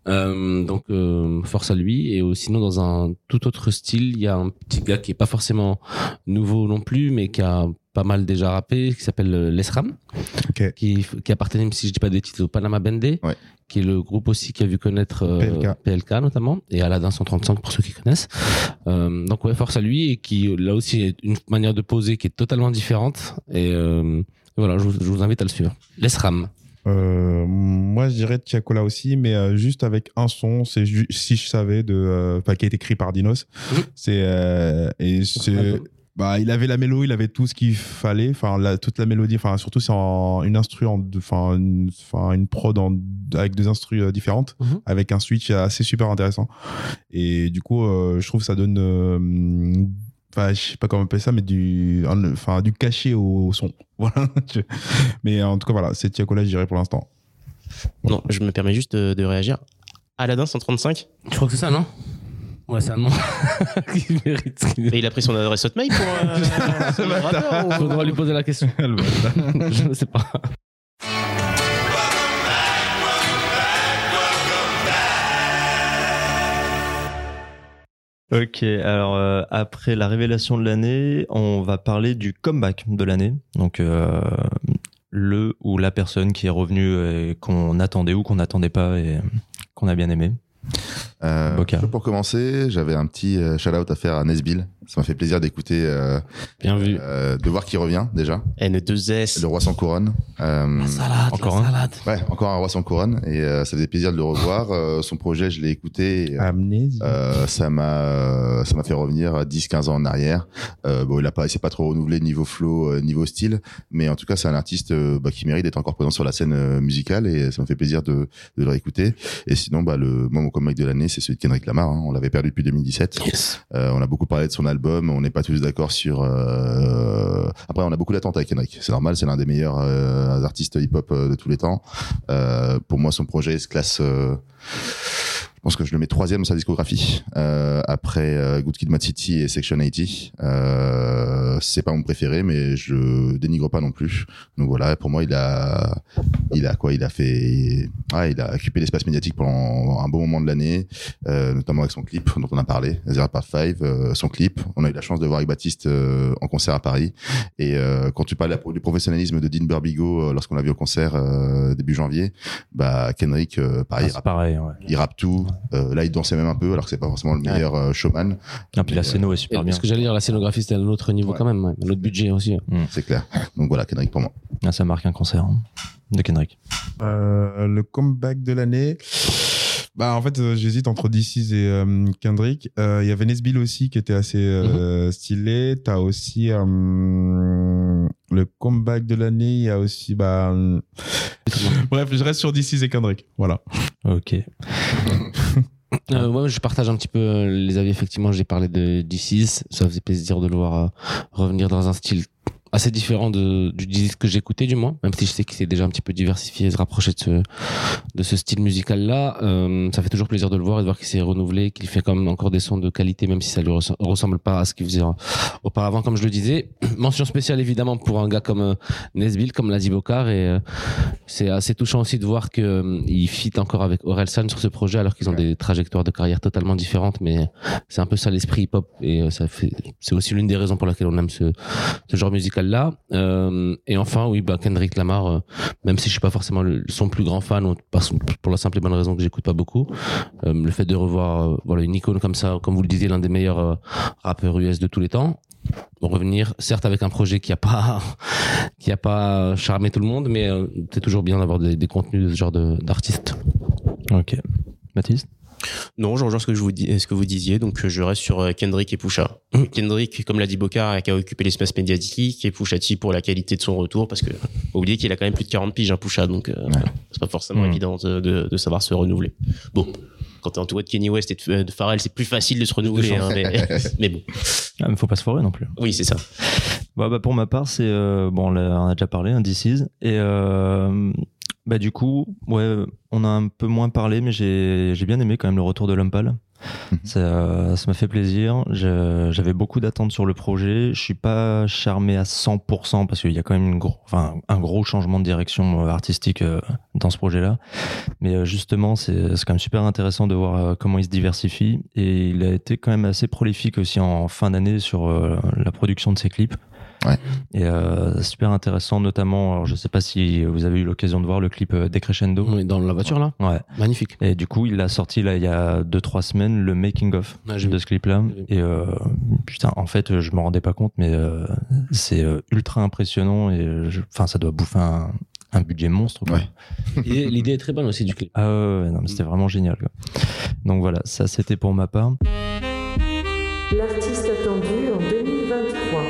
Euh, donc euh, force à lui et euh, sinon dans un tout autre style il y a un petit gars qui est pas forcément nouveau non plus mais qui a pas mal déjà rappé qui s'appelle euh, Lesram
Ok.
qui, f- qui appartenait même si je dis pas de titre au Panama Bende
Ouais.
qui est le groupe aussi qui a vu connaître euh,
PLK.
notamment et Aladdin 135 pour ceux qui connaissent euh, donc ouais force à lui et qui euh, là aussi est une manière de poser qui est totalement différente et euh, voilà je vous, je vous invite à le suivre Lesram
Euh, moi, je dirais Tiakola aussi, mais euh, juste avec un son, c'est ju- si je savais de, euh, enfin, qui est écrit par Dinos.
Oui.
C'est euh, et c'est, bah, il avait la mélodie, il avait tout ce qu'il fallait, enfin, la- toute la mélodie, enfin, surtout c'est en une instru, en deux- enfin, une, enfin, une prod en- avec deux instrus euh, différentes,
Mhm.
avec un switch assez super intéressant. Et du coup, euh, je trouve que ça donne, euh, enfin, je sais pas comment on appelle ça, mais du, un- enfin, du cachet au, son. Voilà. Je- mais en tout cas, voilà, c'est Tiakola, je dirais pour l'instant.
Non, je me permets juste de, de réagir. Aladdin 135
je crois que c'est ça non ouais c'est un nom (laughs) qui mérite
Et il a pris son adresse hotmail pour. euh, son rappeur, ou-
Faudra lui poser la question. (laughs) je ne sais pas.
Ok, alors euh, après la révélation de l'année, on va parler du comeback de l'année. Donc euh, le ou la personne qui est revenue et qu'on attendait ou qu'on n'attendait pas et qu'on a bien aimé.
Euh,
Boca.
Pour commencer, j'avais un petit euh, shout-out à faire à Nesbill. Ça m'a fait plaisir d'écouter, euh,
Bien vu.
euh, de voir qui revient déjà.
N2S.
Le roi sans couronne. Euh,
salade,
Encore un.
salade.
ouais, encore un roi sans couronne. Et euh, ça faisait plaisir de le revoir. Euh, son projet, je l'ai écouté. et,
Ah. Amnésie.
Euh, ça m'a euh, ça m'a fait revenir 10 15 ans en arrière. Euh, bon, il a pas il s'est pas trop renouvelé niveau flow, euh, niveau style, mais en tout cas, c'est un artiste euh, bah, qui mérite d'être encore présent sur la scène euh, musicale et ça me fait plaisir de de le réécouter. Et sinon, bah le moi mon comeback de l'année, c'est celui de Kendrick Lamar, hein. on l'avait perdu depuis 2017. Euh, on a beaucoup parlé de son album, on n'est pas tous d'accord sur. euh, Après, on a beaucoup d'attentes avec Kendrick. C'est normal, c'est l'un des meilleurs euh, artistes hip-hop euh, de tous les temps. Euh, pour moi, son projet se classe. euh, Je pense que je le mets troisième dans sa discographie Euh, après euh, Good Kid, Mad City et Section 80. Euh, c'est pas mon préféré, mais je dénigre pas non plus. Donc voilà, pour moi, il a, il a quoi Il a fait, ah, il a occupé l'espace médiatique pendant un bon moment de l'année euh, notamment avec son clip dont on a parlé, Zero Part 5, euh, son clip. On a eu la chance de voir avec Baptiste euh, en concert à Paris. Et euh, quand tu parles de la- du professionnalisme de Dean Burbigo euh, lorsqu'on l'a vu au concert euh, début janvier, bah Kendrick, euh, pareil,
Ah,
il
c'est
rappe-
pareil. Ouais.
il rappe tout. Euh, là, il dansait même un peu, alors que c'est pas forcément le meilleur euh, showman,
Et puis la
Mais,
scéno est
Et
super bien.
Ce que j'allais dire, la scénographie, c'était à un autre niveau
Ouais.
quand même, ouais. un autre budget aussi.
c'est clair. Donc voilà, Kendrick pour moi.
Ah, ça marque un concert hein, de Kendrick.
Euh, le comeback de l'année. Bah, en fait, euh, j'hésite entre DC's et euh, Kendrick. Euh, Il y avait Nesbill aussi qui était assez euh, stylé. T'as aussi euh, le comeback de l'année. Il y a aussi. Bah, euh, Bref, je reste sur DC's et Kendrick. Voilà.
Ok.
Euh, ouais, je partage un petit peu euh, les avis. Effectivement, j'ai parlé de D6. Ça faisait plaisir de le voir euh, revenir dans un style assez différent de, du disque que j'écoutais, du moins. Même si je sais qu'il s'est déjà un petit peu diversifié et se rapprocher de ce, de ce style musical-là. Euh, ça fait toujours plaisir de le voir et de voir qu'il s'est renouvelé, qu'il fait quand même encore des sons de qualité, même si ça lui ressem- ressemble pas à ce qu'il faisait euh, auparavant, comme je le disais. (clears throat) Mention spéciale, évidemment, pour un gars comme euh, Nesbill, comme l'a dit Bocard. Et euh, c'est assez touchant aussi de voir qu'il fit encore avec Orelsan sur ce projet, alors qu'ils ont des trajectoires de carrière totalement différentes. Mais c'est un peu ça l'esprit hip-hop. Et euh, ça fait, c'est aussi l'une des raisons pour laquelle on aime ce, ce genre musical-là. Euh, et enfin, oui, bah, Kendrick Lamar, euh, même si je suis pas forcément le- son plus grand fan, ou parce- pour la simple et bonne raison que j'écoute pas beaucoup, euh, le fait de revoir euh, voilà, une icône comme ça, comme vous le disiez, l'un des meilleurs euh, rappeurs US de tous les temps, revenir, certes avec un projet qui a pas, qui a pas charmé tout le monde, mais euh, c'est toujours bien d'avoir des, des contenus de ce genre de- d'artistes.
Ok. Baptiste
Non, je rejoins ce que, je vous dis, ce que vous disiez, donc euh, je reste sur euh, Kendrick et Pusha. Kendrick, comme l'a dit Bocard, qui a occupé l'espace médiatique, et Pusha T pour la qualité de son retour, parce que faut oublier qu'il a quand même plus de 40 piges, un Pusha, donc euh, c'est pas forcément
Mm.
évident de, de- de savoir se renouveler. Bon, quand t'es entouré de Kenny West et de, de Pharrell, c'est plus facile de se renouveler, hein, mais, mais bon,
ah, mais faut pas se foirer non plus.
oui, c'est ça.
Bah, bah, pour ma part, c'est euh, bon, là, on a déjà parlé, un This Is. et euh, bah du coup, ouais, on a un peu moins parlé, mais j'ai j'ai bien aimé quand même le retour de Lumpal. Ça ça m'a fait plaisir. Je- J'avais beaucoup d'attentes sur le projet. Je suis pas charmé à 100% parce qu'il y a quand même une gro- enfin, un gros changement de direction euh, artistique euh, dans ce projet-là. Mais euh, justement, c'est c'est quand même super intéressant de voir euh, comment il se diversifie. Et il a été quand même assez prolifique aussi en fin d'année sur euh, la production de ses clips.
Ouais.
Et euh, super intéressant, notamment, alors je sais pas si vous avez eu l'occasion de voir le clip euh, Decrescendo.
On est dans la voiture là.
Ouais.
Magnifique.
Et du coup, il l'a sorti là il y a 2-3 semaines, le making of
Ah, j'ai vu.
de ce clip-là.
J'ai vu.
Et euh, putain, en fait, je m'en rendais pas compte, mais euh, c'est euh, ultra impressionnant et je- enfin, ça doit bouffer un, un budget monstre. quoi.
Ouais.
Et L'idée est très bonne aussi du clip.
Ah ouais, ouais, non, mais c'était vraiment génial. quoi. Donc voilà, ça c'était pour ma part.
L'artiste attendu en 2023.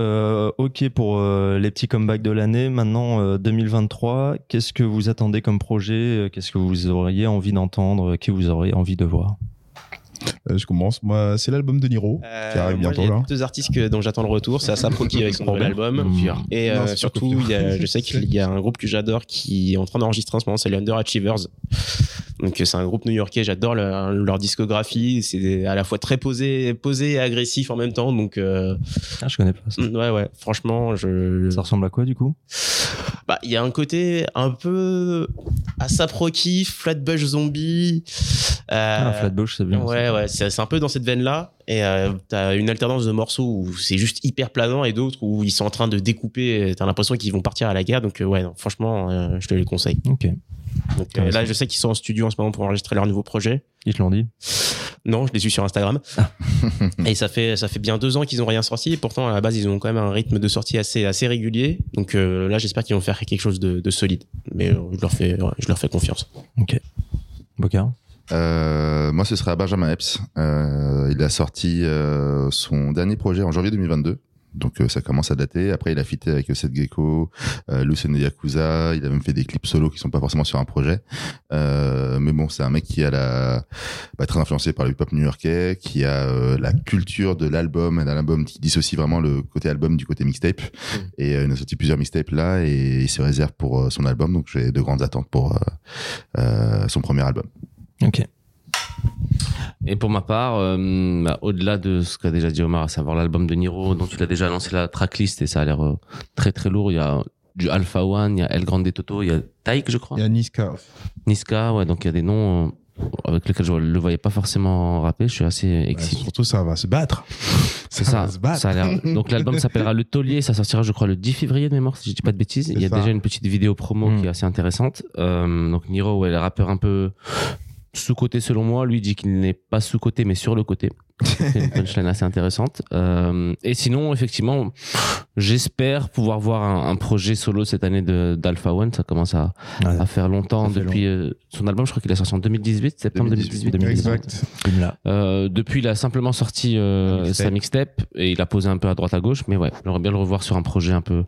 Euh, ok pour euh, les petits comebacks de l'année. Maintenant, euh, 2023, qu'est-ce que vous attendez comme projet Qu'est-ce que vous auriez envie d'entendre Qui vous auriez envie de voir
Euh, je commence. Moi, c'est l'album de Niro.
Euh,
qui arrive
moi,
bientôt,
il y a
là.
deux artistes que- dont j'attends le retour. C'est Asap Rocky avec son nouvel album.
Mmh.
Et
Non,
euh,
c'est
surtout,
surtout-
il y a, je sais qu'il y a un groupe que j'adore qui est en train d'enregistrer en ce moment, c'est les Underachievers. Donc euh, c'est un groupe new-yorkais, j'adore leur, leur discographie, c'est des- à la fois très posé, posé et agressif en même temps. Donc euh,
Ah, je connais pas ça.
ouais ouais, franchement, je
Ça ressemble à quoi du coup
bah il y a un côté un peu ASAP Rocky, Flatbush Zombie. euh,
Ah, Flatbush, c'est bien.
Ouais, ouais, c'est c'est un peu dans cette veine-là. Et euh, t'as une alternance de morceaux où c'est juste hyper planant et d'autres où ils sont en train de découper. et T'as l'impression qu'ils vont partir à la guerre. Donc, euh, ouais, non, franchement, euh, je te les conseille.
Ok.
Donc, euh, là, je sais qu'ils sont en studio en ce moment pour enregistrer leur nouveau projet.
Ils te l'ont dit.
Non, je les suis sur Instagram. (laughs) et ça fait, ça fait bien deux ans qu'ils ont rien sorti. Et pourtant, à la base, ils ont quand même un rythme de sortie assez, assez régulier. Donc, euh, là, j'espère qu'ils vont faire quelque chose de, de solide. Mais euh, je, leur fais, ouais, je leur fais confiance.
Bocard
Euh, moi, ce serait à Benjamin Epps. Euh, il a sorti euh, son dernier projet en janvier 2022. Donc euh, ça commence à dater. Après, il a fité avec Seth Gecko, euh, Lucien de Yakuza. Il a même fait des clips solo qui sont pas forcément sur un projet. Euh, mais bon, c'est un mec qui a la bah, très influencé par le hip-hop new-yorkais, qui a euh, la culture de l'album, un album qui dissocie vraiment le côté album du côté mixtape. Et euh, il a sorti plusieurs mixtapes là et il se réserve pour euh, son album. Donc j'ai de grandes attentes pour euh, euh, son premier album.
Ok.
Et pour ma part, euh, bah, au-delà de ce qu'a déjà dit Omar, à savoir l'album de Niro, dont tu l'as déjà annoncé la tracklist et ça a l'air euh, très très lourd, il y a du Alpha One, il y a El Grande Toto, il y a Taïk, je crois.
Il y a Niska.
Niska, ouais, donc il y a des noms euh, avec lesquels je le voyais pas forcément rapper, je suis assez
Bah,
excité.
surtout, ça va se battre.
C'est ça,
va se battre.
ça a l'air-
(laughs)
Donc l'album s'appellera Le Taulier, ça sortira je crois le 10 février de mémoire, si je dis pas de bêtises.
Mm. C'est
Il y a
ça.
déjà une petite vidéo promo
Mm.
qui est assez intéressante. Euh, donc Niro, ouais, le rappeur un peu sous-côté selon moi, lui dit qu'il n'est pas sous-côté mais sur le côté. C'est une punchline assez intéressante. Euh, et sinon, effectivement, j'espère pouvoir voir un, un projet solo cette année de- d'Alpha One. Ça commence à,
Ouais.
à faire longtemps
Ça fait
depuis euh, son album. Je crois qu'il a sorti en 2018, septembre 2018.
2018.
2018.
Exact.
Là.
Euh, depuis, il a simplement sorti euh,
Un mixtape.
sa mixtape et il a posé un peu à droite à gauche. Mais ouais, j'aimerais bien le revoir sur un projet un peu,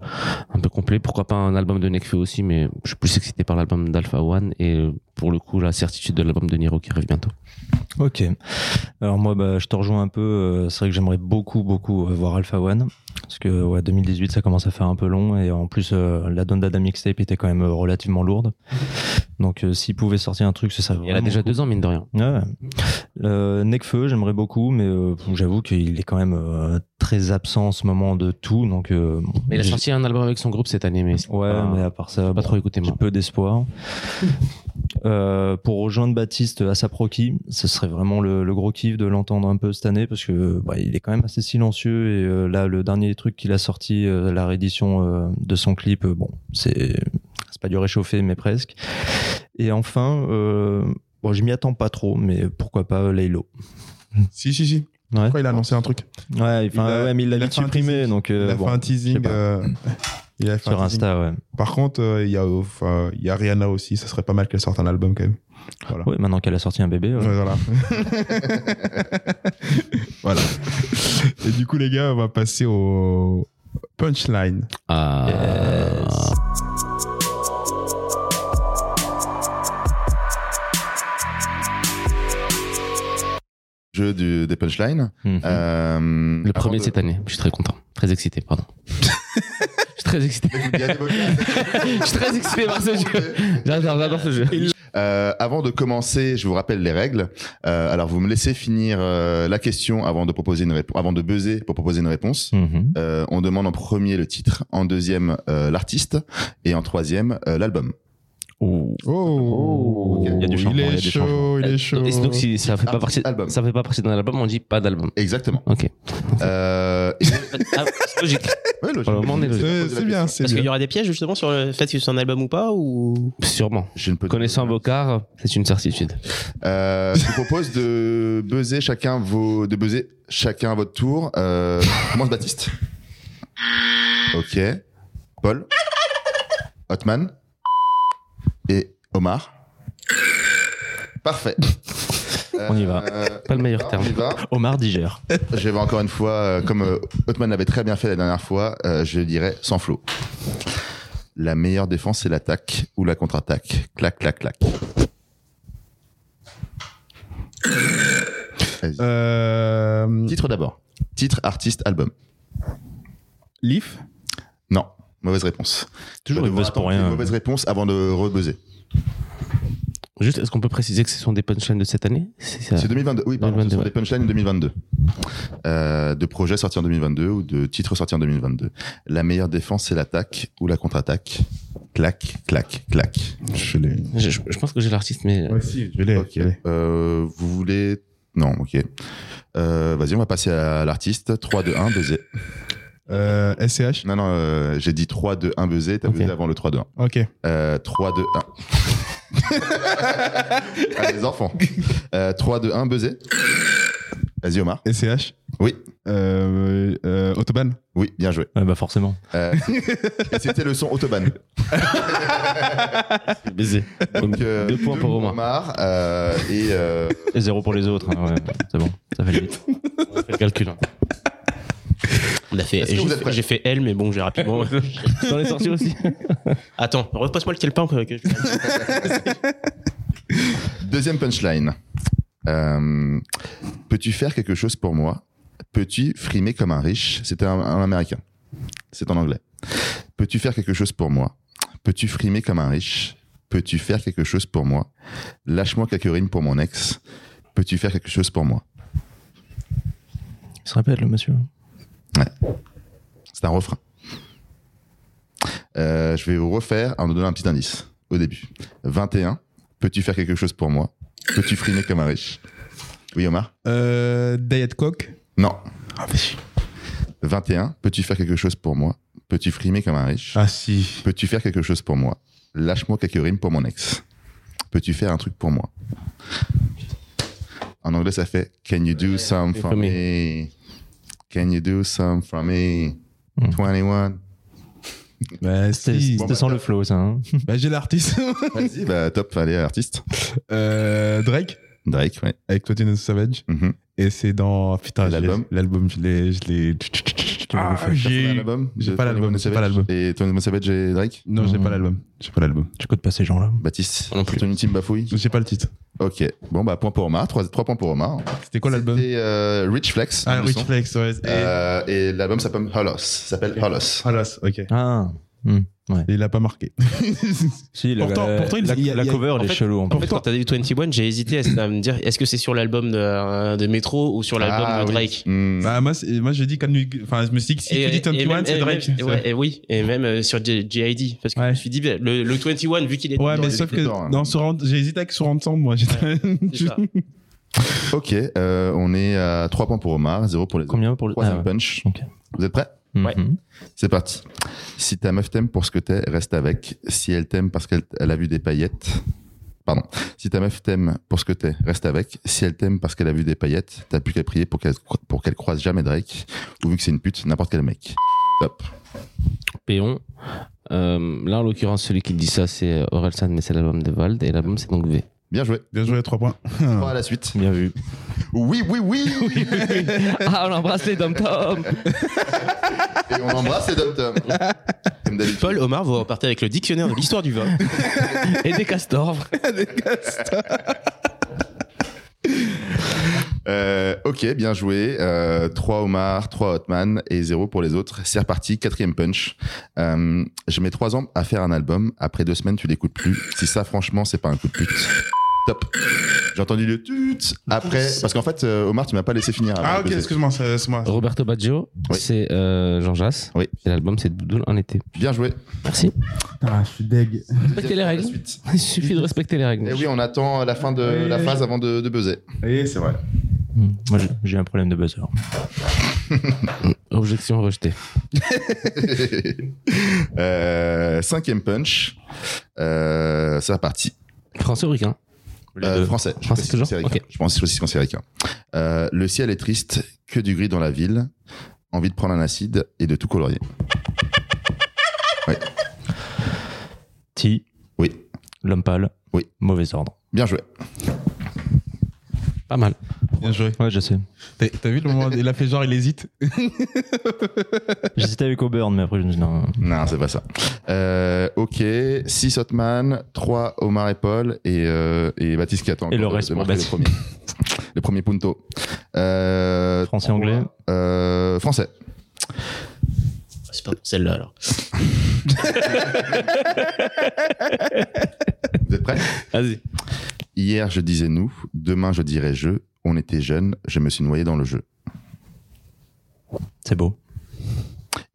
un peu complet. Pourquoi pas un album de Nekfeu aussi, mais je suis plus excité par l'album d'Alpha One et euh, pour le coup, la certitude de l'album de Niro qui arrive bientôt.
Ok. Alors moi, bah, je te rejoins un peu. euh, C'est vrai que j'aimerais beaucoup, beaucoup euh, voir Alpha One. Parce que ouais, 2018, ça commence à faire un peu long. Et en plus, euh, la Donda da Mixtape était quand même euh, relativement lourde. Donc euh, s'il pouvait sortir un truc, ce serait
Et elle a
vraiment
déjà
cool.
deux ans, mine de rien.
Ouais. Euh, Necfeu, j'aimerais beaucoup, mais euh, j'avoue qu'il est quand même euh, très absent en ce moment de tout. Donc, euh, bon,
Mais il a
j'ai-
sorti un album avec son groupe cette année, mais c'est
Ouais,
pas,
mais à part ça,
pas
bon,
trop écouté
j'ai
moi.
peu (laughs) d'espoir. Euh, pour rejoindre Baptiste à Saproki, ce serait vraiment le, le gros kiff de l'entendre un peu cette année parce que bah, il est quand même assez silencieux et euh, là le dernier truc qu'il a sorti, euh, la réédition euh, de son clip, euh, bon c'est c'est pas du réchauffé mais presque. Et enfin, euh, bon je m'y attends pas trop, mais pourquoi pas euh, Laylo.
Si, si, si.
Ouais.
Pourquoi il a annoncé un truc
Ouais, enfin,
Il a-
ouais, mais il l'a
il a
vite
fait un
supprimé
teasing.
donc euh,
Il a
bon,
fait un
je sais
teasing.
pas.
euh, il a fait
sur
un teasing.
Insta, ouais.
Par contre, euh, il y, a, enfin, il y a Rihanna aussi. Ça serait pas mal qu'elle sorte un album quand même. Voilà.
Ouais, maintenant qu'elle a sorti un bébé. ouais.
Ouais, Voilà. (laughs) Voilà. Et du coup, les gars, on va passer au punchline.
Ah,
jeu du, des punchlines.
Mhm.
Euh,
le
avant
premier
de-
cette année. Je suis très content, très excité, pardon. (laughs) je suis très excité. (laughs)
Il y a des
je suis très excité par ce jeu. J'adore j'adore ce jeu.
Euh, avant de commencer, je vous rappelle les règles. Euh, alors, vous me laissez finir euh, la question avant de proposer une réponse, avant de buzzer pour proposer une réponse.
Mhm.
Euh, on demande en premier le titre, en deuxième euh, l'artiste et en troisième euh, l'album.
Ouh.
Oh,
Ok, il y a du
il
changement, Euh, il y a
est
du
chaud, il est chaud.
Donc, donc, si ça fait
Ah,
pas partie,
album.
ça fait pas partie d'un album, on dit pas d'album.
Exactement.
Ok.
Euh, et-
Ah, c'est logique.
ouais, logique.
Pour le moment, on est logique.
C'est c'est bien, c'est
Parce qu'il y
bien.
aura des pièges justement sur le fait que c'est un album ou pas ou
Sûrement.
Je ne peux
Connaissant Bocard, c'est une certitude.
Euh, je vous propose de buzzer chacun vos, de buzzer chacun à votre tour. Euh, commence Baptiste. Ok. Paul. Hotman. Et Omar. Parfait.
On y va.
Euh,
Pas le meilleur
on
terme.
y va.
Omar digère.
Je vais encore une fois, euh, comme euh, Hotman l'avait très bien fait la dernière fois, euh, je dirais sans flot. La meilleure défense, c'est l'attaque ou la contre-attaque. Clac, clac, clac. Vas-y.
Euh,
Titre d'abord. Titre, artiste, album.
Leaf
Non, mauvaise réponse.
Toujours
Je vais
il
devoir
buzz pour
attendre une
rien.
Mauvaise réponse avant de rebuzzer.
Juste, est-ce qu'on peut préciser que ce sont des punchlines de cette année C'est ça.
C'est 2022. Oui, pardon,
2022,
ce sont
ouais.
des punchlines 2022. Euh, de projets sortis en 2022 ou de titres sortis en 2022. La meilleure défense, c'est l'attaque ou la contre-attaque. Clac, clac, clac.
Je l'ai.
Je, je- je pense que j'ai l'artiste, mais
Ouais, si, je l'ai.
Ok. Euh, vous voulez. Non, ok. Euh, Vas-y, on va passer à l'artiste. 3, 2, 1, buzzer.
Euh, SCH
Non, non, euh, j'ai dit 3, 2, 1, buzzer. T'as
Ok.
buzzé avant le 3, 2, 1.
Ok.
Euh, 3, 2,
(laughs)
1. ah, les enfants. Euh, 3, 2, 1, buzzer. Vas-y, Omar.
SCH
Oui.
Euh, euh, Autobahn
Oui, bien joué.
Ouais, bah forcément.
Euh, et C'était le son Autobahn.
baiser.
(laughs) Donc, euh,
deux points pour Omar.
Omar. euh, et euh,
Et zéro pour les autres. hein, ouais. C'est bon, ça va aller vite.
On fait le calcul. hein.
on a fait
Est-ce que vous
j'ai
êtes prêts
fait- j'ai fait elle mais bon j'ai (laughs) rapidement
Dans les sorties aussi.
Attends, repasse-moi le calepin que, que je-
Deuxième punchline. Euh, Peux-tu faire quelque chose pour moi Peux-tu frimer comme un riche C'était un, un américain. C'est en anglais. Peux-tu faire quelque chose pour moi Peux-tu frimer comme un riche Peux-tu faire quelque chose pour moi Lâche-moi quelques rimes pour mon ex. Peux-tu faire quelque chose pour moi
Il se rappelle, le monsieur.
C'est un refrain. Euh, je vais vous refaire en vous donnant un petit indice au début. 21. Peux-tu faire quelque chose pour moi Peux-tu frimer comme un riche Oui, Omar
Euh, Diet Coke
Non. 21. Peux-tu faire quelque chose pour moi Peux-tu frimer comme un riche
Ah si.
Peux-tu faire quelque chose pour moi Lâche-moi quelques rimes pour mon ex. Peux-tu faire un truc pour moi En anglais, ça fait Can you do some for
for me.
me Can you do some for me
Hmm.
21.
Bah
C'était
si.
c'était sans le flow, ça. hein.
Bah j'ai l'artiste.
Vas-y, bah top, allez, artiste.
Euh, Drake
Drake, ouais.
avec Totino Savage.
Mhm.
Et c'est dans. Putain, je l'ai-
L'album.
L'album, je l'ai. Je l'ai. Ah,
T'as pas
j'ai.
l'album
j'ai
de
pas l'album,
Tony
j'ai
Savage
pas l'album.
Et Tony Savage et Drake
Non, j'ai
Mhm.
pas l'album. J'ai pas l'album.
Tu codes pas ces gens-là.
Baptiste,
Non plus.
ton ultime bafouille
J'ai pas le titre.
Ok, bon bah point pour Omar, 3, points pour Omar.
C'était quoi l'album
C'était euh, Rich Flex.
Ah,
le
Rich
son.
Flex, ouais. Et-
Euh, et l'album s'appelle Hollows. S'appelle Hollows.
Halas, ok. Et
Ah. hmm, Ouais.
il a pas marqué.
Si, la-
Pourtant-
la,
pourtant, il-
la,
il y a-
la
il y a-
cover,
en
elle est
fait-
chelou. En
En
plus.
fait, quand t'as dit 21, j'ai hésité à- à me dire est-ce que c'est sur l'album de, de Metro ou sur l'album
Ah,
de
oui.
Drake
Hmm.
bah, moi, c'est- moi, je dis quand Enfin, je me suis dit que si tu dis Tom
même-
Kiwan, c'est
et
Drake.
même-
c'est
ouais,
vrai.
et oui, et même euh, sur J- JID. Parce que
Ouais.
je me suis dit, le, le 21, vu qu'il est.
Ouais,
dans
mais
les-
sauf que
dedans, hein.
dans ce round, j'ai hésité avec sur ensemble, moi. (laughs) j'étais-
c'est ça.
Ok, euh, on est à 3 points pour Omar, 0 pour les autres.
Combien pour le.
Troisième
Ah, ouais.
punch.
Ok.
Vous êtes prêts
Ouais.
Mhm.
C'est parti. Si ta meuf t'aime pour ce que t'es, reste avec. Si elle t'aime parce qu'elle elle a vu des paillettes. Pardon. Si ta meuf t'aime pour ce que t'es, reste avec. Si elle t'aime parce qu'elle a vu des paillettes, t'as plus qu'à prier pour qu'elle pour qu'elle croise jamais Drake. Ou vu que c'est une pute, n'importe quel mec. Top.
Péon. Euh, là, en l'occurrence, celui qui dit ça, c'est Orelsan, mais c'est l'album de Vald. Et l'album, c'est donc
(laughs)
V.
Bien joué.
Bien joué, 3 points.
Trois à la suite.
Ah. Bien vu.
Oui, oui,
(laughs)
oui.
Ah, on l'embrasse les Dom Tom
Et on embrasse les Dom Tom. Comme d'habitude.
(laughs) Paul, Omar, vous repartez avec le dictionnaire de l'histoire du vin.
et des castors.
Euh, ok, bien joué. Euh, 3 Omar, 3 Hotman et 0 pour les autres. C'est reparti, quatrième punch. Euh, je mets 3 ans à faire un album. Après deux semaines, tu l'écoutes plus. Si ça, franchement, c'est pas un coup de pute. Top. J'ai entendu le tut après. Parce qu'en fait, euh, Omar, tu m'as pas laissé finir. avant
Ah,
de
ok,
baiser.
excuse-moi, c'est c'est moi.
Roberto Baggio,
Oui.
c'est euh, Jean Jass.
Oui.
Et l'album, c'est Doudoule en été.
Bien joué.
Merci.
Putain, Ah, je suis deg.
Respectez les règles. (laughs) Il suffit de respecter les règles.
Et Eh oui, on attend la fin de
Oui.
la phase avant de, de buzzer. (laughs)
Oui, c'est vrai.
Hmm. Moi, j'ai- j'ai un problème de buzzer.
Objection rejetée.
Euh, cinquième punch. Euh, c'est reparti.
Français ou ricain
Euh,
deux.
français. Je
Français
précise
toujours
qu'on c'est ricain.
Ok.
Je pense aussi qu'on c'est ricain. Euh, le ciel est triste, que du gris dans la ville. Envie de prendre un acide et de tout colorier.
Ti,
Oui,
l'homme pâle.
Oui.
Mauvais ordre.
bien joué.
Pas mal.
Bien joué.
Ouais, je sais.
T'as t'as vu le moment Il a fait genre, il hésite.
(laughs) J'hésitais avec Auburn, mais après, je me suis dit non.
Non, c'est pas ça. Euh, ok, 6 Hotman, 3 Omar et Paul et, euh, et Baptiste qui attend.
Et le
encore de-
reste
de
pour
marquer le
Baptiste.
premier. Le premier (laughs) punto. Euh,
Français,
trois,
anglais
euh, Français.
C'est pas pour celle-là alors.
(laughs)
Vous êtes prêts
Vas-y.
Hier, je disais nous, demain, je dirais je. On était jeunes, je me suis noyé dans le jeu.
C'est beau.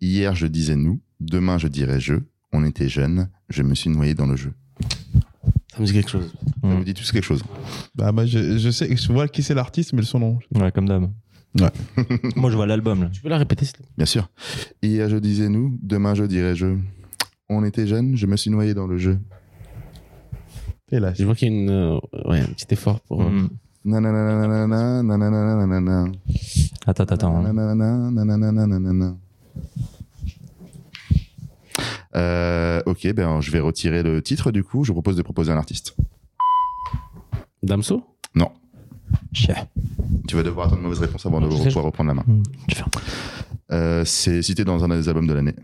Hier, je disais nous, demain, je dirais je. On était jeunes, je me suis noyé dans le jeu.
Ça me dit quelque chose.
Ça
Mm.
vous dit tous quelque chose hein.
Bah, moi, je, je sais, je vois qui c'est l'artiste, mais le son nom.
Ouais, comme d'hab.
Ouais.
(laughs) Moi, je vois l'album. là.
Tu peux la répéter s'il te plaît
Bien sûr. Hier, je disais nous, demain, je dirais je. On était jeunes, je me suis noyé dans le jeu.
Et là,
Je vois qu'il y a une, euh, ouais, un petit effort pour. euh,
Mm.
Nananananana, nananananana.
Attends, attends, attends. hein.
Nananana, nananananana. Euh, ok, ben, je vais retirer le titre du coup. Je vous propose de proposer un artiste.
Damso
Non.
Chia.
Tu vas devoir attendre une mauvaise réponse avant de
Je sais, je- Hmm,
pouvoir reprendre la main.
Mm. Je vais faire-
Euh, c'est cité dans un des albums de l'année.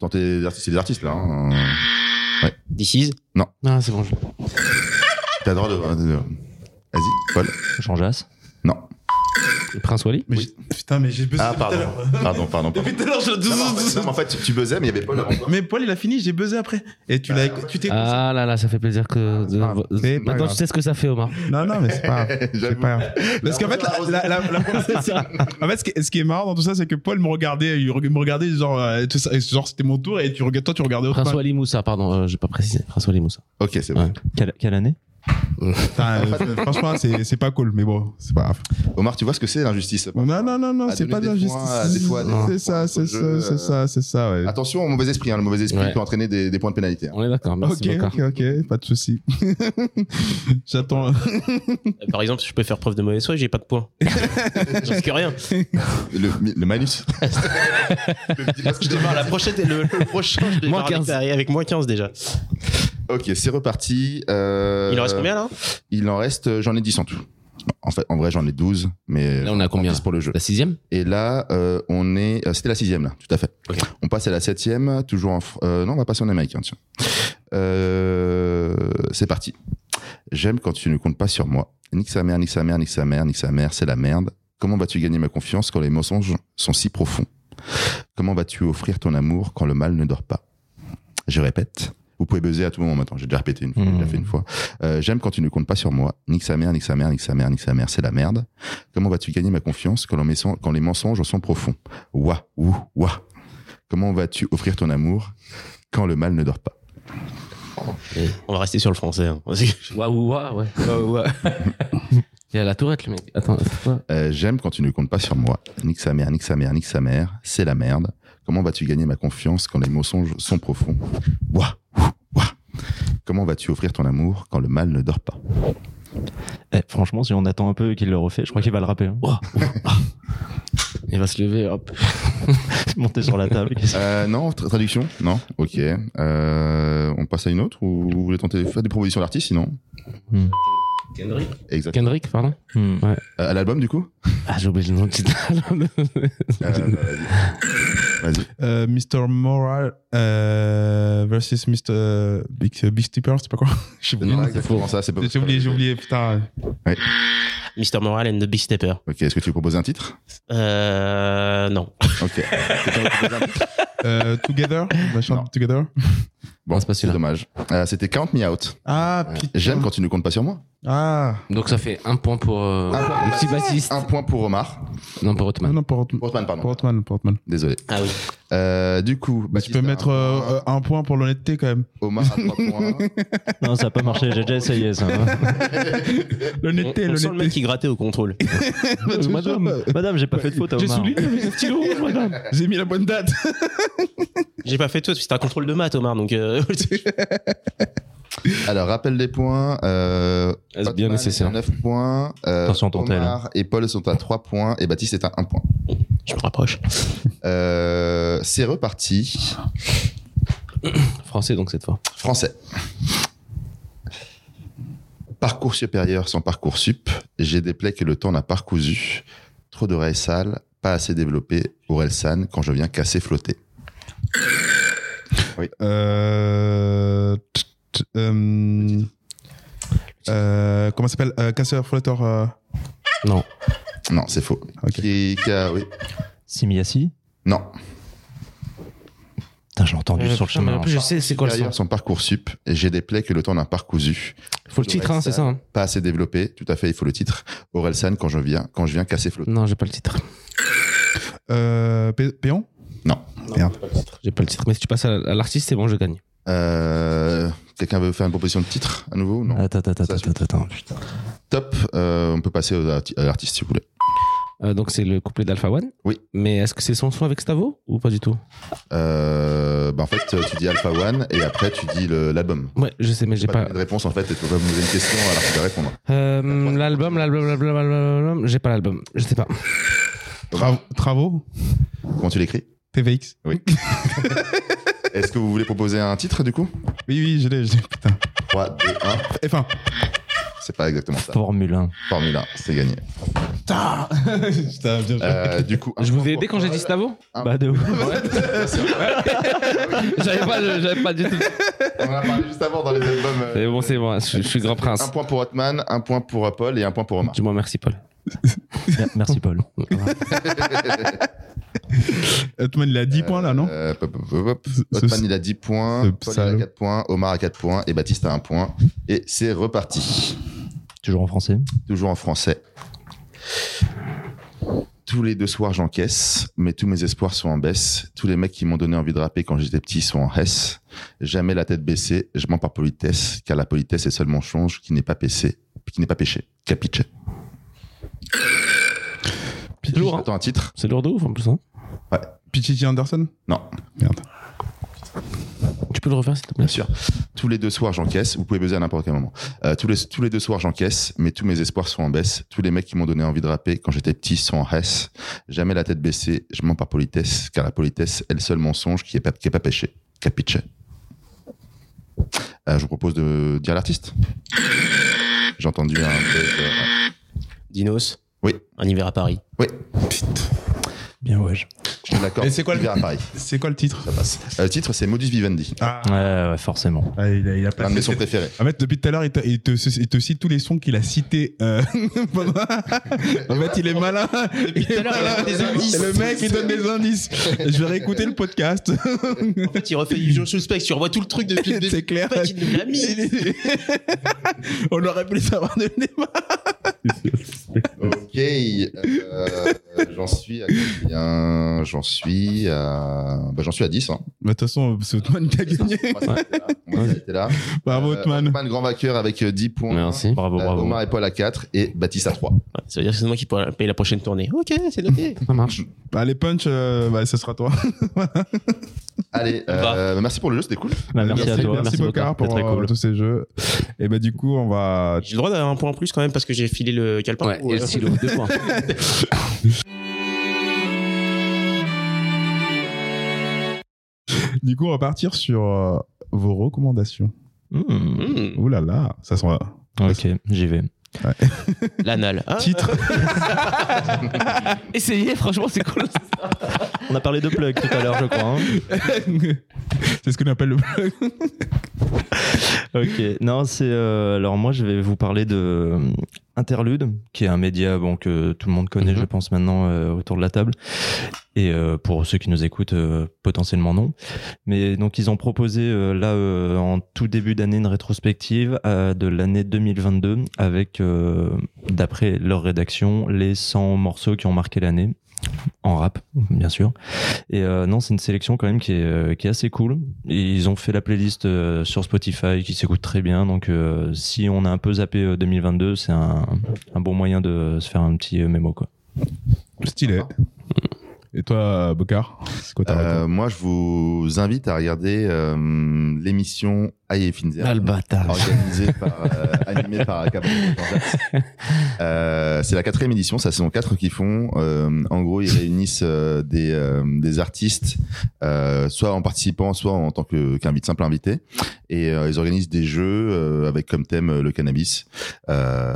Tentez des artistes, c'est des artistes là. hein.
(laughs) This is
Non, c'est bon. Je...
T'as le droit de. euh, de- Vas-y, Paul.
Jean Jass.
Non.
Prince Wally
Mais j'ai- Putain, mais j'ai buzzé
Ah,
depuis tout à
pardon.
l'heure.
Pardon, pardon. pardon.
Depuis tout à l'heure, je
Non, mais en fait, non, mais en fait, tu- tu buzzais, mais il y avait Paul avant toi.
Mais Paul, il a fini, j'ai buzzé après. Et tu l'as, tu t'es.
Ah là là, ça fait plaisir que. de-
Ah,
c'est pas
Maintenant,
grave.
tu sais ce que ça fait, Omar.
Non, non, mais c'est pas. grave. C'est
(laughs) J'avoue.
pas grave. Parce qu'en
La
fait, la, la- la- la conversation- en fait, ce qui, ce qui est marrant dans tout ça, c'est que Paul me regardait, il reg- me regardait genre, euh, tout ça- genre c'était mon tour et tu regardes toi, tu regardais autre
Prince Wally Moussa, pardon, euh, j'ai pas précisé. Prince Wally Moussa.
Ok, c'est bon.
Ouais.
Quelle, quelle année
Putain, euh, franchement, c'est c'est pas cool, mais bon, c'est pas grave.
Omar, tu vois ce que c'est l'injustice
Non, non, non, non,
À
c'est
Ah, donner
pas de
des points à des
l'injustice.
fois, des
C'est ça,
points au
c'est
jeu, euh.
ça, c'est ça, c'est ça, ouais.
Attention au mauvais esprit. hein, Le mauvais esprit
Ouais.
peut entraîner des, des points de pénalité. hein.
On est d'accord, merci
Ok,
Bocard.
ok, ok, pas de souci. (laughs) J'attends.
Euh, Par exemple, je peux faire preuve de mauvaise foi, j'ai pas de (laughs) points. J'en sais que rien.
Le, le
(laughs)
malus. (laughs) Le petit masque
Je
de-
démarre la prochaine, le, le prochain, je
Moins
démarre avec,
15.
avec moins 15 déjà.
ok, c'est reparti. euh,
Il en reste combien là
Il en reste, euh, j'en ai 10 en tout. En fait, en vrai, j'en ai 12, mais.
Là, on est à combien
10 pour le jeu.
La sixième
Et là, euh, on est. euh, C'était la sixième, là, tout à fait.
Ok.
On passe à la septième, toujours en. Fr- euh, non, on va passer en Amérique, hein, tiens. Euh, c'est parti. J'aime quand tu ne comptes pas sur moi. Nique sa mère, nique sa mère, nique sa mère, nique sa mère, c'est la merde. Comment vas-tu gagner ma confiance quand les mensonges sont si profonds Comment vas-tu offrir ton amour quand le mal ne dort pas Je répète. Vous pouvez buzzer à tout moment maintenant. J'ai déjà répété une fois. j'ai
Mhm.
déjà fait une fois. Euh, J'aime quand tu ne comptes pas sur moi. Nique sa mère, nique sa mère, nique sa mère, nique sa mère, c'est la merde. Comment vas-tu gagner ma confiance quand, l'on messo- quand les mensonges sont profonds Ouah, ouh, ouah. Comment vas-tu offrir ton amour quand le mal ne dort pas
On va rester sur le français. hein.
Waouh, waouh, ouais. (laughs) Il y a la tourette, le mec. Attends, c'est quoi
Euh, J'aime quand tu ne comptes pas sur moi. Nique sa mère, nique sa mère, nique sa mère, c'est la merde. Comment vas-tu gagner ma confiance quand les mensonges sont profonds Ouah, ouh, ouah. Comment vas-tu offrir ton amour quand le mal ne dort pas
Eh, Franchement, si on attend un peu et qu'il le refait, je crois qu'il va le rappeler. hein.
Il va se lever, hop.
(laughs) Monter sur la (laughs) table. qu'est-ce que-
Euh, non, tra- traduction Non Ok. Euh, on passe à une autre ou vous voulez tenter de faire des propositions d'artistes sinon
Hmm.
Kendrick.
Exact.
Kendrick, pardon
Hmm.
Euh, à l'album du coup
(laughs) Ah, j'ai oublié le nom du titre.
Euh, Vas-y.
Euh, Mr. Moral euh, versus Mr. euh, Big, euh, Big Stipper, c'est pas quoi (laughs) J'ai oublié.
Non, exactement ça, c'est pas-
J'ai oublié, j'ai oublié, putain.
Mr. Moral and the Big Stepper.
Ok, est-ce que tu veux proposer un titre
Euh, non.
Ok. Quelqu'un veut proposer un titre
Euh, together On va chanter
Non.
Together
Bon,
c'est pas
c'est
celui-là.
dommage. Euh, C'était Count Me Out.
Ah, putain.
J'aime quand tu ne comptes pas sur moi.
Ah,
Donc ça fait un point pour euh,
Un point pour
petit Baptiste.
Ah, bah, Un point pour Omar.
Non, pour
non,
Othman.
non, pour Portman.
Portman, pardon.
Portman, Portman.
Désolé.
Ah
(laughs)
oui.
Euh, du coup,
Bah,
Baptiste
tu peux
a un
mettre
point,
euh, un point pour l'honnêteté quand même.
Omar à trois points.
(laughs)
Non, ça n'a pas marché, j'ai déjà essayé ça.
On,
L'honnêteté,
on sent le mec
l'honnêteté.
qui grattait
(laughs)
au contrôle.
madame, madame, j'ai pas fait de faute à
J'ai
Omar.
souligné mes stylos rouges, madame. J'ai mis la bonne date.
J'ai pas fait tout, c'était un contrôle de maths, Omar,
(laughs)
donc euh,
Alors, rappel des points. Euh,
Est-ce bien
Portman est à
nécessaire
9 points. Euh,
Attention, tentelle.
Omar et Paul sont à 3 points et Baptiste est à 1 point.
je me rapproche.
Euh, c'est reparti.
Français donc cette fois.
Français. Parcours supérieur sans parcours sup. J'ai des plaies que le temps n'a pas recousues. Trop d'oreilles sales, pas assez développées. Aurel San, quand je viens casser, flotter.
Euh, t- t- euh, euh, comment ça s'appelle euh, Casseur, flotteur. euh,
Non.
Non, c'est faux.
Ok.
Qui- qui a- oui.
Simiassi
Non.
Putain, j'ai entendu
Euh,
sur le chemin.
je sais c'est quoi le
Supérieur sans parcours sup. J'ai des plaies que le temps n'a pas recousues.
Faut le titre hein, c'est ça. hein
Pas assez développées. Tout à fait, il faut le titre. Aurel San, quand je viens, quand je viens casser, flotter.
Non, j'ai pas le titre.
euh, Pé- Péon
J'ai pas le titre. Mais si tu passes à à l'artiste, c'est bon, je gagne.
Euh, Quelqu'un veut faire une proposition de titre à nouveau Non.
Attends, attends, attends,
Ça, je-
attends, attends, putain.
Top. Euh, on peut passer aux arti- à l'artiste si vous voulez.
Euh, donc c'est le couplet d'Alpha One.
Oui.
Mais est-ce que c'est son son avec Stavo ou pas du tout
Euh, bah en fait, tu dis Alpha One et après tu dis le- l'album.
Ouais, je sais, mais j'ai
J'ai pas
pas.
donné de réponse en fait, et tu peux pas me poser une question alors que tu vas répondre.
Euh, l'album, l'album, l'album, l'album. l'album. J'ai pas l'album. Je sais pas.
Tra- Travaux
Comment tu l'écris
TVX
Est-ce que vous voulez proposer un titre du coup
Oui, oui, je l'ai, je l'ai, putain.
3, 2, 1.
F1.
C'est pas exactement ça.
Formule 1.
Formule 1, c'est gagné.
Putain (laughs) Putain, bien joué.
Euh, du coup, un
Je vous
point
ai aidé
pour
quand j'ai
Paul.
dit Stavo
Un-
Bah, de ouf.
J'avais pas, le- j'avais pas du (laughs) tout.
On en a parlé juste avant dans les albums. euh,
C'est bon, c'est bon. Je, je suis grand
Un
prince.
point pour Hotman, un point pour euh, Paul et un point pour Omar.
Dis-moi merci, Paul.
Merci, Paul.
Hotman, il a 10 points là, non
Euh, pop, pop, pop, pop.
Ce- ce-
Hotman il a 10
ce
points, Paul il a
salaud.
4 points, Omar a 4 points et Baptiste a 1 point. Et c'est reparti.
Toujours en français.
toujours en français. Tous les deux soirs, j'encaisse, mais tous mes espoirs sont en baisse. Tous les mecs qui m'ont donné envie de rapper quand j'étais petit sont en hesse. Jamais la tête baissée, je mens par politesse, car la politesse est seulement change qui n'est pas péché, qui n'est pas péché. Capiche.
C'est lourd, hein
Attends un titre
C'est lourd de ouf en plus. Hein
Pichichi Anderson
Non,
tu peux le refaire, s'il te plaît
bien sûr. Tous les deux soirs, j'encaisse. Vous pouvez buzzer à n'importe quel moment. Euh, tous, les, tous les deux soirs, j'encaisse, mais tous mes espoirs sont en baisse. Tous les mecs qui m'ont donné envie de rapper quand j'étais petit sont en hesse. Jamais la tête baissée, je mens par politesse, car la politesse est le seul mensonge qui est pas, qui est pas péché. Capiche. Euh, je vous propose de dire l'artiste. J'ai entendu un. buzz, euh,
Dinos
Oui.
Un hiver
(laughs)
à Paris.
Oui,
Bien, ouais. je-
je te l'accorde.
Et c'est quoi le-
Hiver à Paris.
C'est quoi le titre
Ça passe. Euh, le titre, c'est Modus Vivendi.
ah.
Ouais, ouais, forcément.
Ah, il a, il a
L'un de mes
placé.
sons préférés.
En fait, depuis tout à l'heure, il, te- il te, il te cite tous les sons qu'il a cités. euh, (laughs) pendant- en fait, il est malin. Depuis
tout à l'heure, il donne des indices.
Le mec, il donne des indices. Je vais réécouter le
(laughs)
podcast.
En fait, il refait Usual Suspect, tu revois tout le truc depuis le début.
C'est clair.
En fait, il nous l'a mis.
Il est- (laughs) On aurait pu le savoir dès le départ.
Ok, euh, j'en suis à combien J'en suis à. Bah, j'en suis à 10. Hein.
De toute façon, c'est Otman qui a gagné.
On va s'arrêter là. On va s'arrêter là.
Bravo,
Euh,
Otman.
Hotman, grand vainqueur avec euh, 10 points.
Merci.
Bravo,
Euh,
bravo.
Omar et Paul à 4 et Baptiste à 3.
Ouais, ça veut dire que c'est moi qui pourrais payer la prochaine tournée. Ok, c'est noté.
Ça marche.
Bah, les punch, euh, bah, ce sera toi.
Allez, euh, merci pour le jeu, c'était cool.
Bah, merci, à toi.
Merci, Bocard,
C'était
pour
très
euh,
cool.
tous ces jeux. Et bah, du coup, on va.
J'ai le droit d'avoir un point en plus quand même parce que j'ai filé le calepin.
Ouais,
Ou,
et le
euh, (laughs)
stylo, deux points.
Du coup, on va partir sur euh, vos recommandations.
Mmh.
hmm,
Ouh là là, ça sent.
Ok, j'y vais.
L'anal. Ah,
Titre.
Essayez, franchement, c'est cool.
On a parlé de plug tout à l'heure, je crois. hein.
c'est ce qu'on appelle le plug.
(laughs) Ok, non, c'est. euh, alors, moi, je vais vous parler de euh, Interlude, qui est un média bon, que tout le monde connaît,
Mhm.
je pense, maintenant euh, autour de la table. Et euh, pour ceux qui nous écoutent, euh, potentiellement non. Mais donc, ils ont proposé, euh, là, euh, en tout début d'année, une rétrospective euh, de l'année 2022 avec, euh, d'après leur rédaction, les 100 morceaux qui ont marqué l'année. En rap, bien sûr. Et euh, non, c'est une sélection quand même qui est, euh, qui est assez cool. Et ils ont fait la playlist euh, sur Spotify qui s'écoute très bien. Donc, euh, si on a un peu zappé euh, 2022, c'est un, un bon moyen de euh, se faire un petit euh, mémo. Quoi.
Stylé. Et toi, Bocard C'est quoi ta
Euh, moi, je vous invite à regarder euh, l'émission Aïe Finzer, Ah, organisée par, euh, animée par Acapulco Podcast. Euh, c'est la quatrième édition, c'est la saison 4 qu'ils font. Euh, en gros, ils réunissent euh, des, euh, des artistes, euh, soit en participant, soit en tant que qu'invite, simple invité. Et euh, ils organisent des jeux euh, avec comme thème euh, le cannabis. Euh,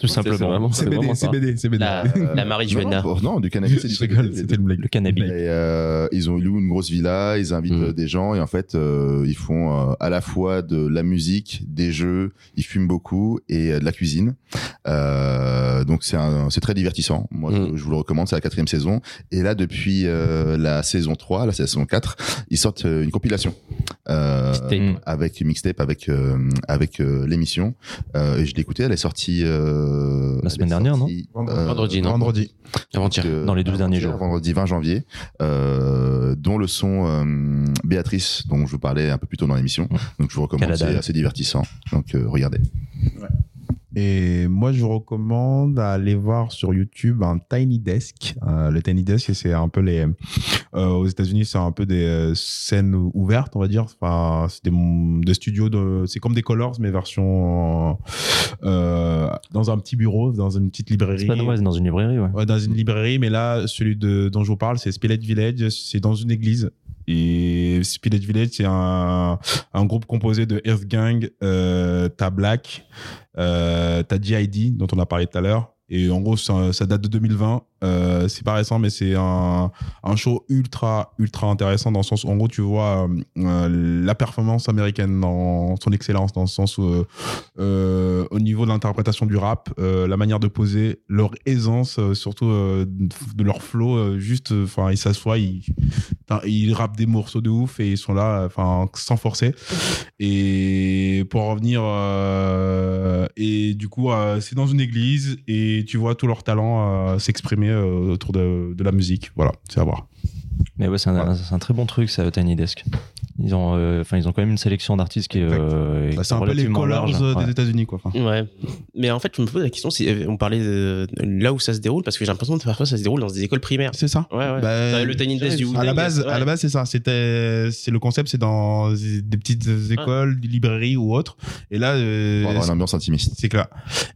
Tout
C'est
simplement. C'est
CBD,
vraiment ça.
CBD, CBD.
La, la marijuana.
non, non, non, du cannabis et du
Je rigole, c'était une blague.
Le cannabis.
Et euh, ils ont ils louent une grosse villa, ils invitent
Mm.
Mhm.
euh, des gens et en fait euh, ils font euh, à la fois de la musique, des jeux, ils fument beaucoup et euh, de la cuisine. Euh, donc c'est un- c'est très divertissant. Moi je-
Mhm.
Mm.
je, vous le recommande, c'est la quatrième saison. Et là depuis euh, la saison 3, la saison 4, ils sortent euh, une compilation. Euh,
Mixtape.
avec mixtape avec euh, avec euh, l'émission Euh, et je l'ai écoutée elle est sortie euh,
La semaine
elle est
dernière, non
sortie, euh,
Vendredi, non
Vendredi.
Avant-hier.
donc, euh,
Dans les 12 derniers
avant-hier,
jours.
Vendredi 20 janvier, euh, dont le son euh, Béatrice, dont je vous parlais un peu plus tôt dans l'émission. Donc je vous recommande,
Canada.
c'est assez divertissant. Donc euh, regardez.
Et moi, je vous recommande d'aller voir sur YouTube un Tiny Desk. Euh, le Tiny Desk, c'est un peu les. euh, aux États-Unis, c'est un peu des euh, scènes ouvertes, on va dire. Enfin, c'est des, des studios de. C'est comme des Colors, mais version. euh, dans un petit bureau, dans une petite librairie.
C'est pas normal, c'est dans une librairie, ouais.
Ouais, dans une librairie, mais là, celui de, dont je vous parle, c'est Spilett Village, c'est dans une église. Et Spilett Village, c'est un, un groupe composé de Earth Gang, euh, t'as Black, euh, t'as G.I.D., dont on a parlé tout à l'heure. Et en gros, ça, ça date de 2020. Euh, c'est pas récent, mais c'est un, un show ultra, ultra intéressant dans le sens où, en gros, tu vois euh, euh, la performance américaine dans son excellence, dans le sens où euh, euh, au niveau de l'interprétation du rap, euh, la manière de poser, leur aisance, euh, surtout euh, de leur flow, euh, juste, enfin, ils s'assoient, ils, putain, ils rappent des morceaux de ouf et ils sont là, enfin, sans forcer. Et pour en revenir, euh, et du coup, euh, c'est dans une église et tu vois tous leurs talents euh, s'exprimer euh, autour de, de la musique. Voilà, c'est à voir.
Mais ouais, c'est un, c'est un très bon truc, ça, Tiny Desk. Ils ont, euh, enfin, ils ont quand même une sélection d'artistes qui est.
Exact.
euh,
Bah,
qui
c'est
est
un peu les
relativement
colors
large, hein.
euh,
ouais.
des États-Unis, quoi. Enfin,
Ouais. Mais en fait, je me pose la question si euh, on parlait de là où ça se déroule, parce que j'ai l'impression que parfois ça se déroule dans des écoles primaires.
c'est ça.
Ouais, ouais.
Bah,
Enfin, le Tiny Desk du
à la
Wu-Tang,
base
ouais.
à la base c'est ça c'était c'est le concept c'est dans des petites écoles des librairies ou autres et là euh,
Pour avoir une ambiance intimiste.
c'est clair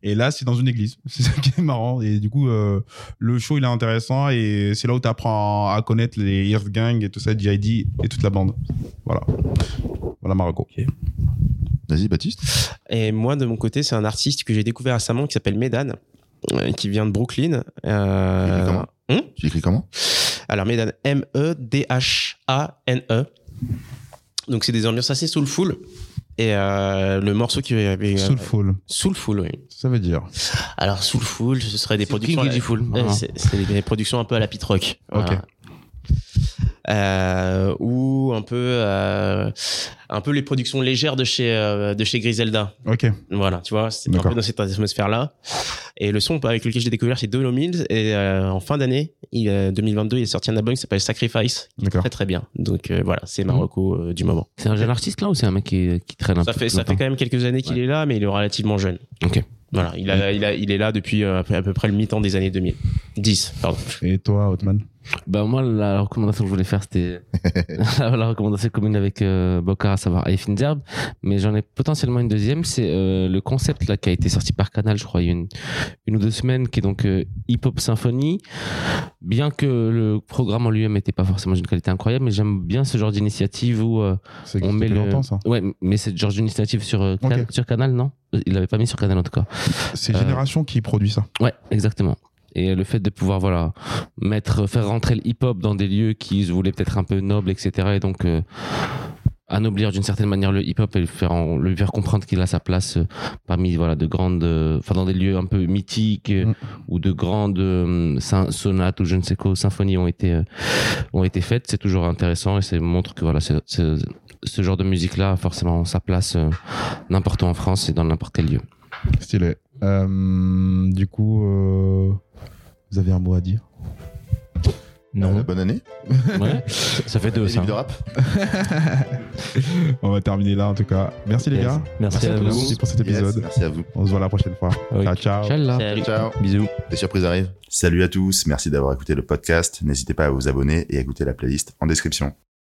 et là c'est dans une église (laughs) c'est ça qui est marrant et du coup euh, le show il est intéressant et c'est là où tu apprends à connaître les Earth Gang et tout ça G.I.D et toute la bande voilà voilà Marocco
Vas-y Baptiste.
Et moi, de mon côté, c'est un artiste que j'ai découvert récemment qui s'appelle Medan, euh, qui vient de Brooklyn.
Il
Euh...
est comment
Hum
Tu écris comment
Alors, Medan, E M-E-D-H-A-N-E. E. Donc, c'est des ambiances assez soulful. Et euh, le morceau qui avait. euh,
Soulful
Soulful, oui.
ça veut dire
Alors, Soulful, ce serait des
C'est King
productions. à la-
Beautiful.
Ouais,
Ah.
c'est c'est des, des productions un peu à la pit rock.
Ok.
Voilà. Euh, ou un peu, euh, un peu les productions légères de chez, euh, de chez Griselda.
ok
Voilà, tu vois, c'est un
D'accord.
peu dans cette atmosphère-là. Et le son avec lequel j'ai découvert, c'est Dolo Mills. Et euh, en fin d'année, il, euh, 2022, il est sorti un album qui s'appelle Sacrifice.
d'accord
Très très bien. Donc euh, voilà, c'est Marocco euh, du moment.
C'est un jeune artiste là ou c'est un mec qui, qui traîne un
Ça
peu
fait,
plus
ça fait
longtemps
quand même quelques années qu'il est là, mais il est relativement jeune.
Ok.
Voilà, il, a, il, a- il est là depuis euh, à peu- à peu près le mi-temps des années 2000. 10, pardon.
et toi Otman
Bah moi la recommandation que je voulais faire c'était la, la recommandation commune avec euh, Bocard, à savoir Eiffin Zerb, mais j'en ai potentiellement une deuxième, c'est euh, le concept là qui a été sorti par Canal, je crois, il y a une, une ou deux semaines, qui est donc euh, Hip Hop Symphony. Bien que le programme en lui-même n'était pas forcément d'une qualité incroyable, mais j'aime bien ce genre d'initiative où euh,
c'est
on met le.
longtemps ça
Ouais, mais c'est le genre d'initiative sur euh,
Ok.
Can- sur Canal, non Il l'avait pas mis sur Canal en tout cas.
c'est
Euh,
Génération qui produit ça
Ouais, exactement. Et le fait de pouvoir voilà mettre faire rentrer le hip-hop dans des lieux qui se voulaient peut-être un peu nobles, etc. Et donc euh, anoblir d'une certaine manière le hip-hop et le faire en- le faire comprendre qu'il a sa place euh, parmi voilà de grandes euh, enfin dans des lieux un peu mythiques euh,
Mm.
où de grandes euh, syn- sonates ou je ne sais quoi symphonies ont été euh, ont été faites c'est toujours intéressant et ça montre que voilà c'est- c'est- ce genre de musique là a forcément sa place euh, n'importe où en France et dans n'importe quel lieu
Stylé. Euh, du coup, euh, vous avez un mot à dire (laughs)
Non,
Euh, bonne année.
ouais.
ça fait deux,
Et
ça.
livre de rap.
On va terminer là en tout cas. Merci les
Yes.
gars.
Merci à vous.
Merci pour cet
Yes,
épisode.
merci à vous.
On se voit la prochaine fois.
Ok.
Ciao, ciao.
Inch'Allah.
Salut.
Ciao.
Bisous.
Les surprises arrivent. Salut à tous. Merci d'avoir écouté le podcast. N'hésitez pas à vous abonner et à écouter la playlist en description.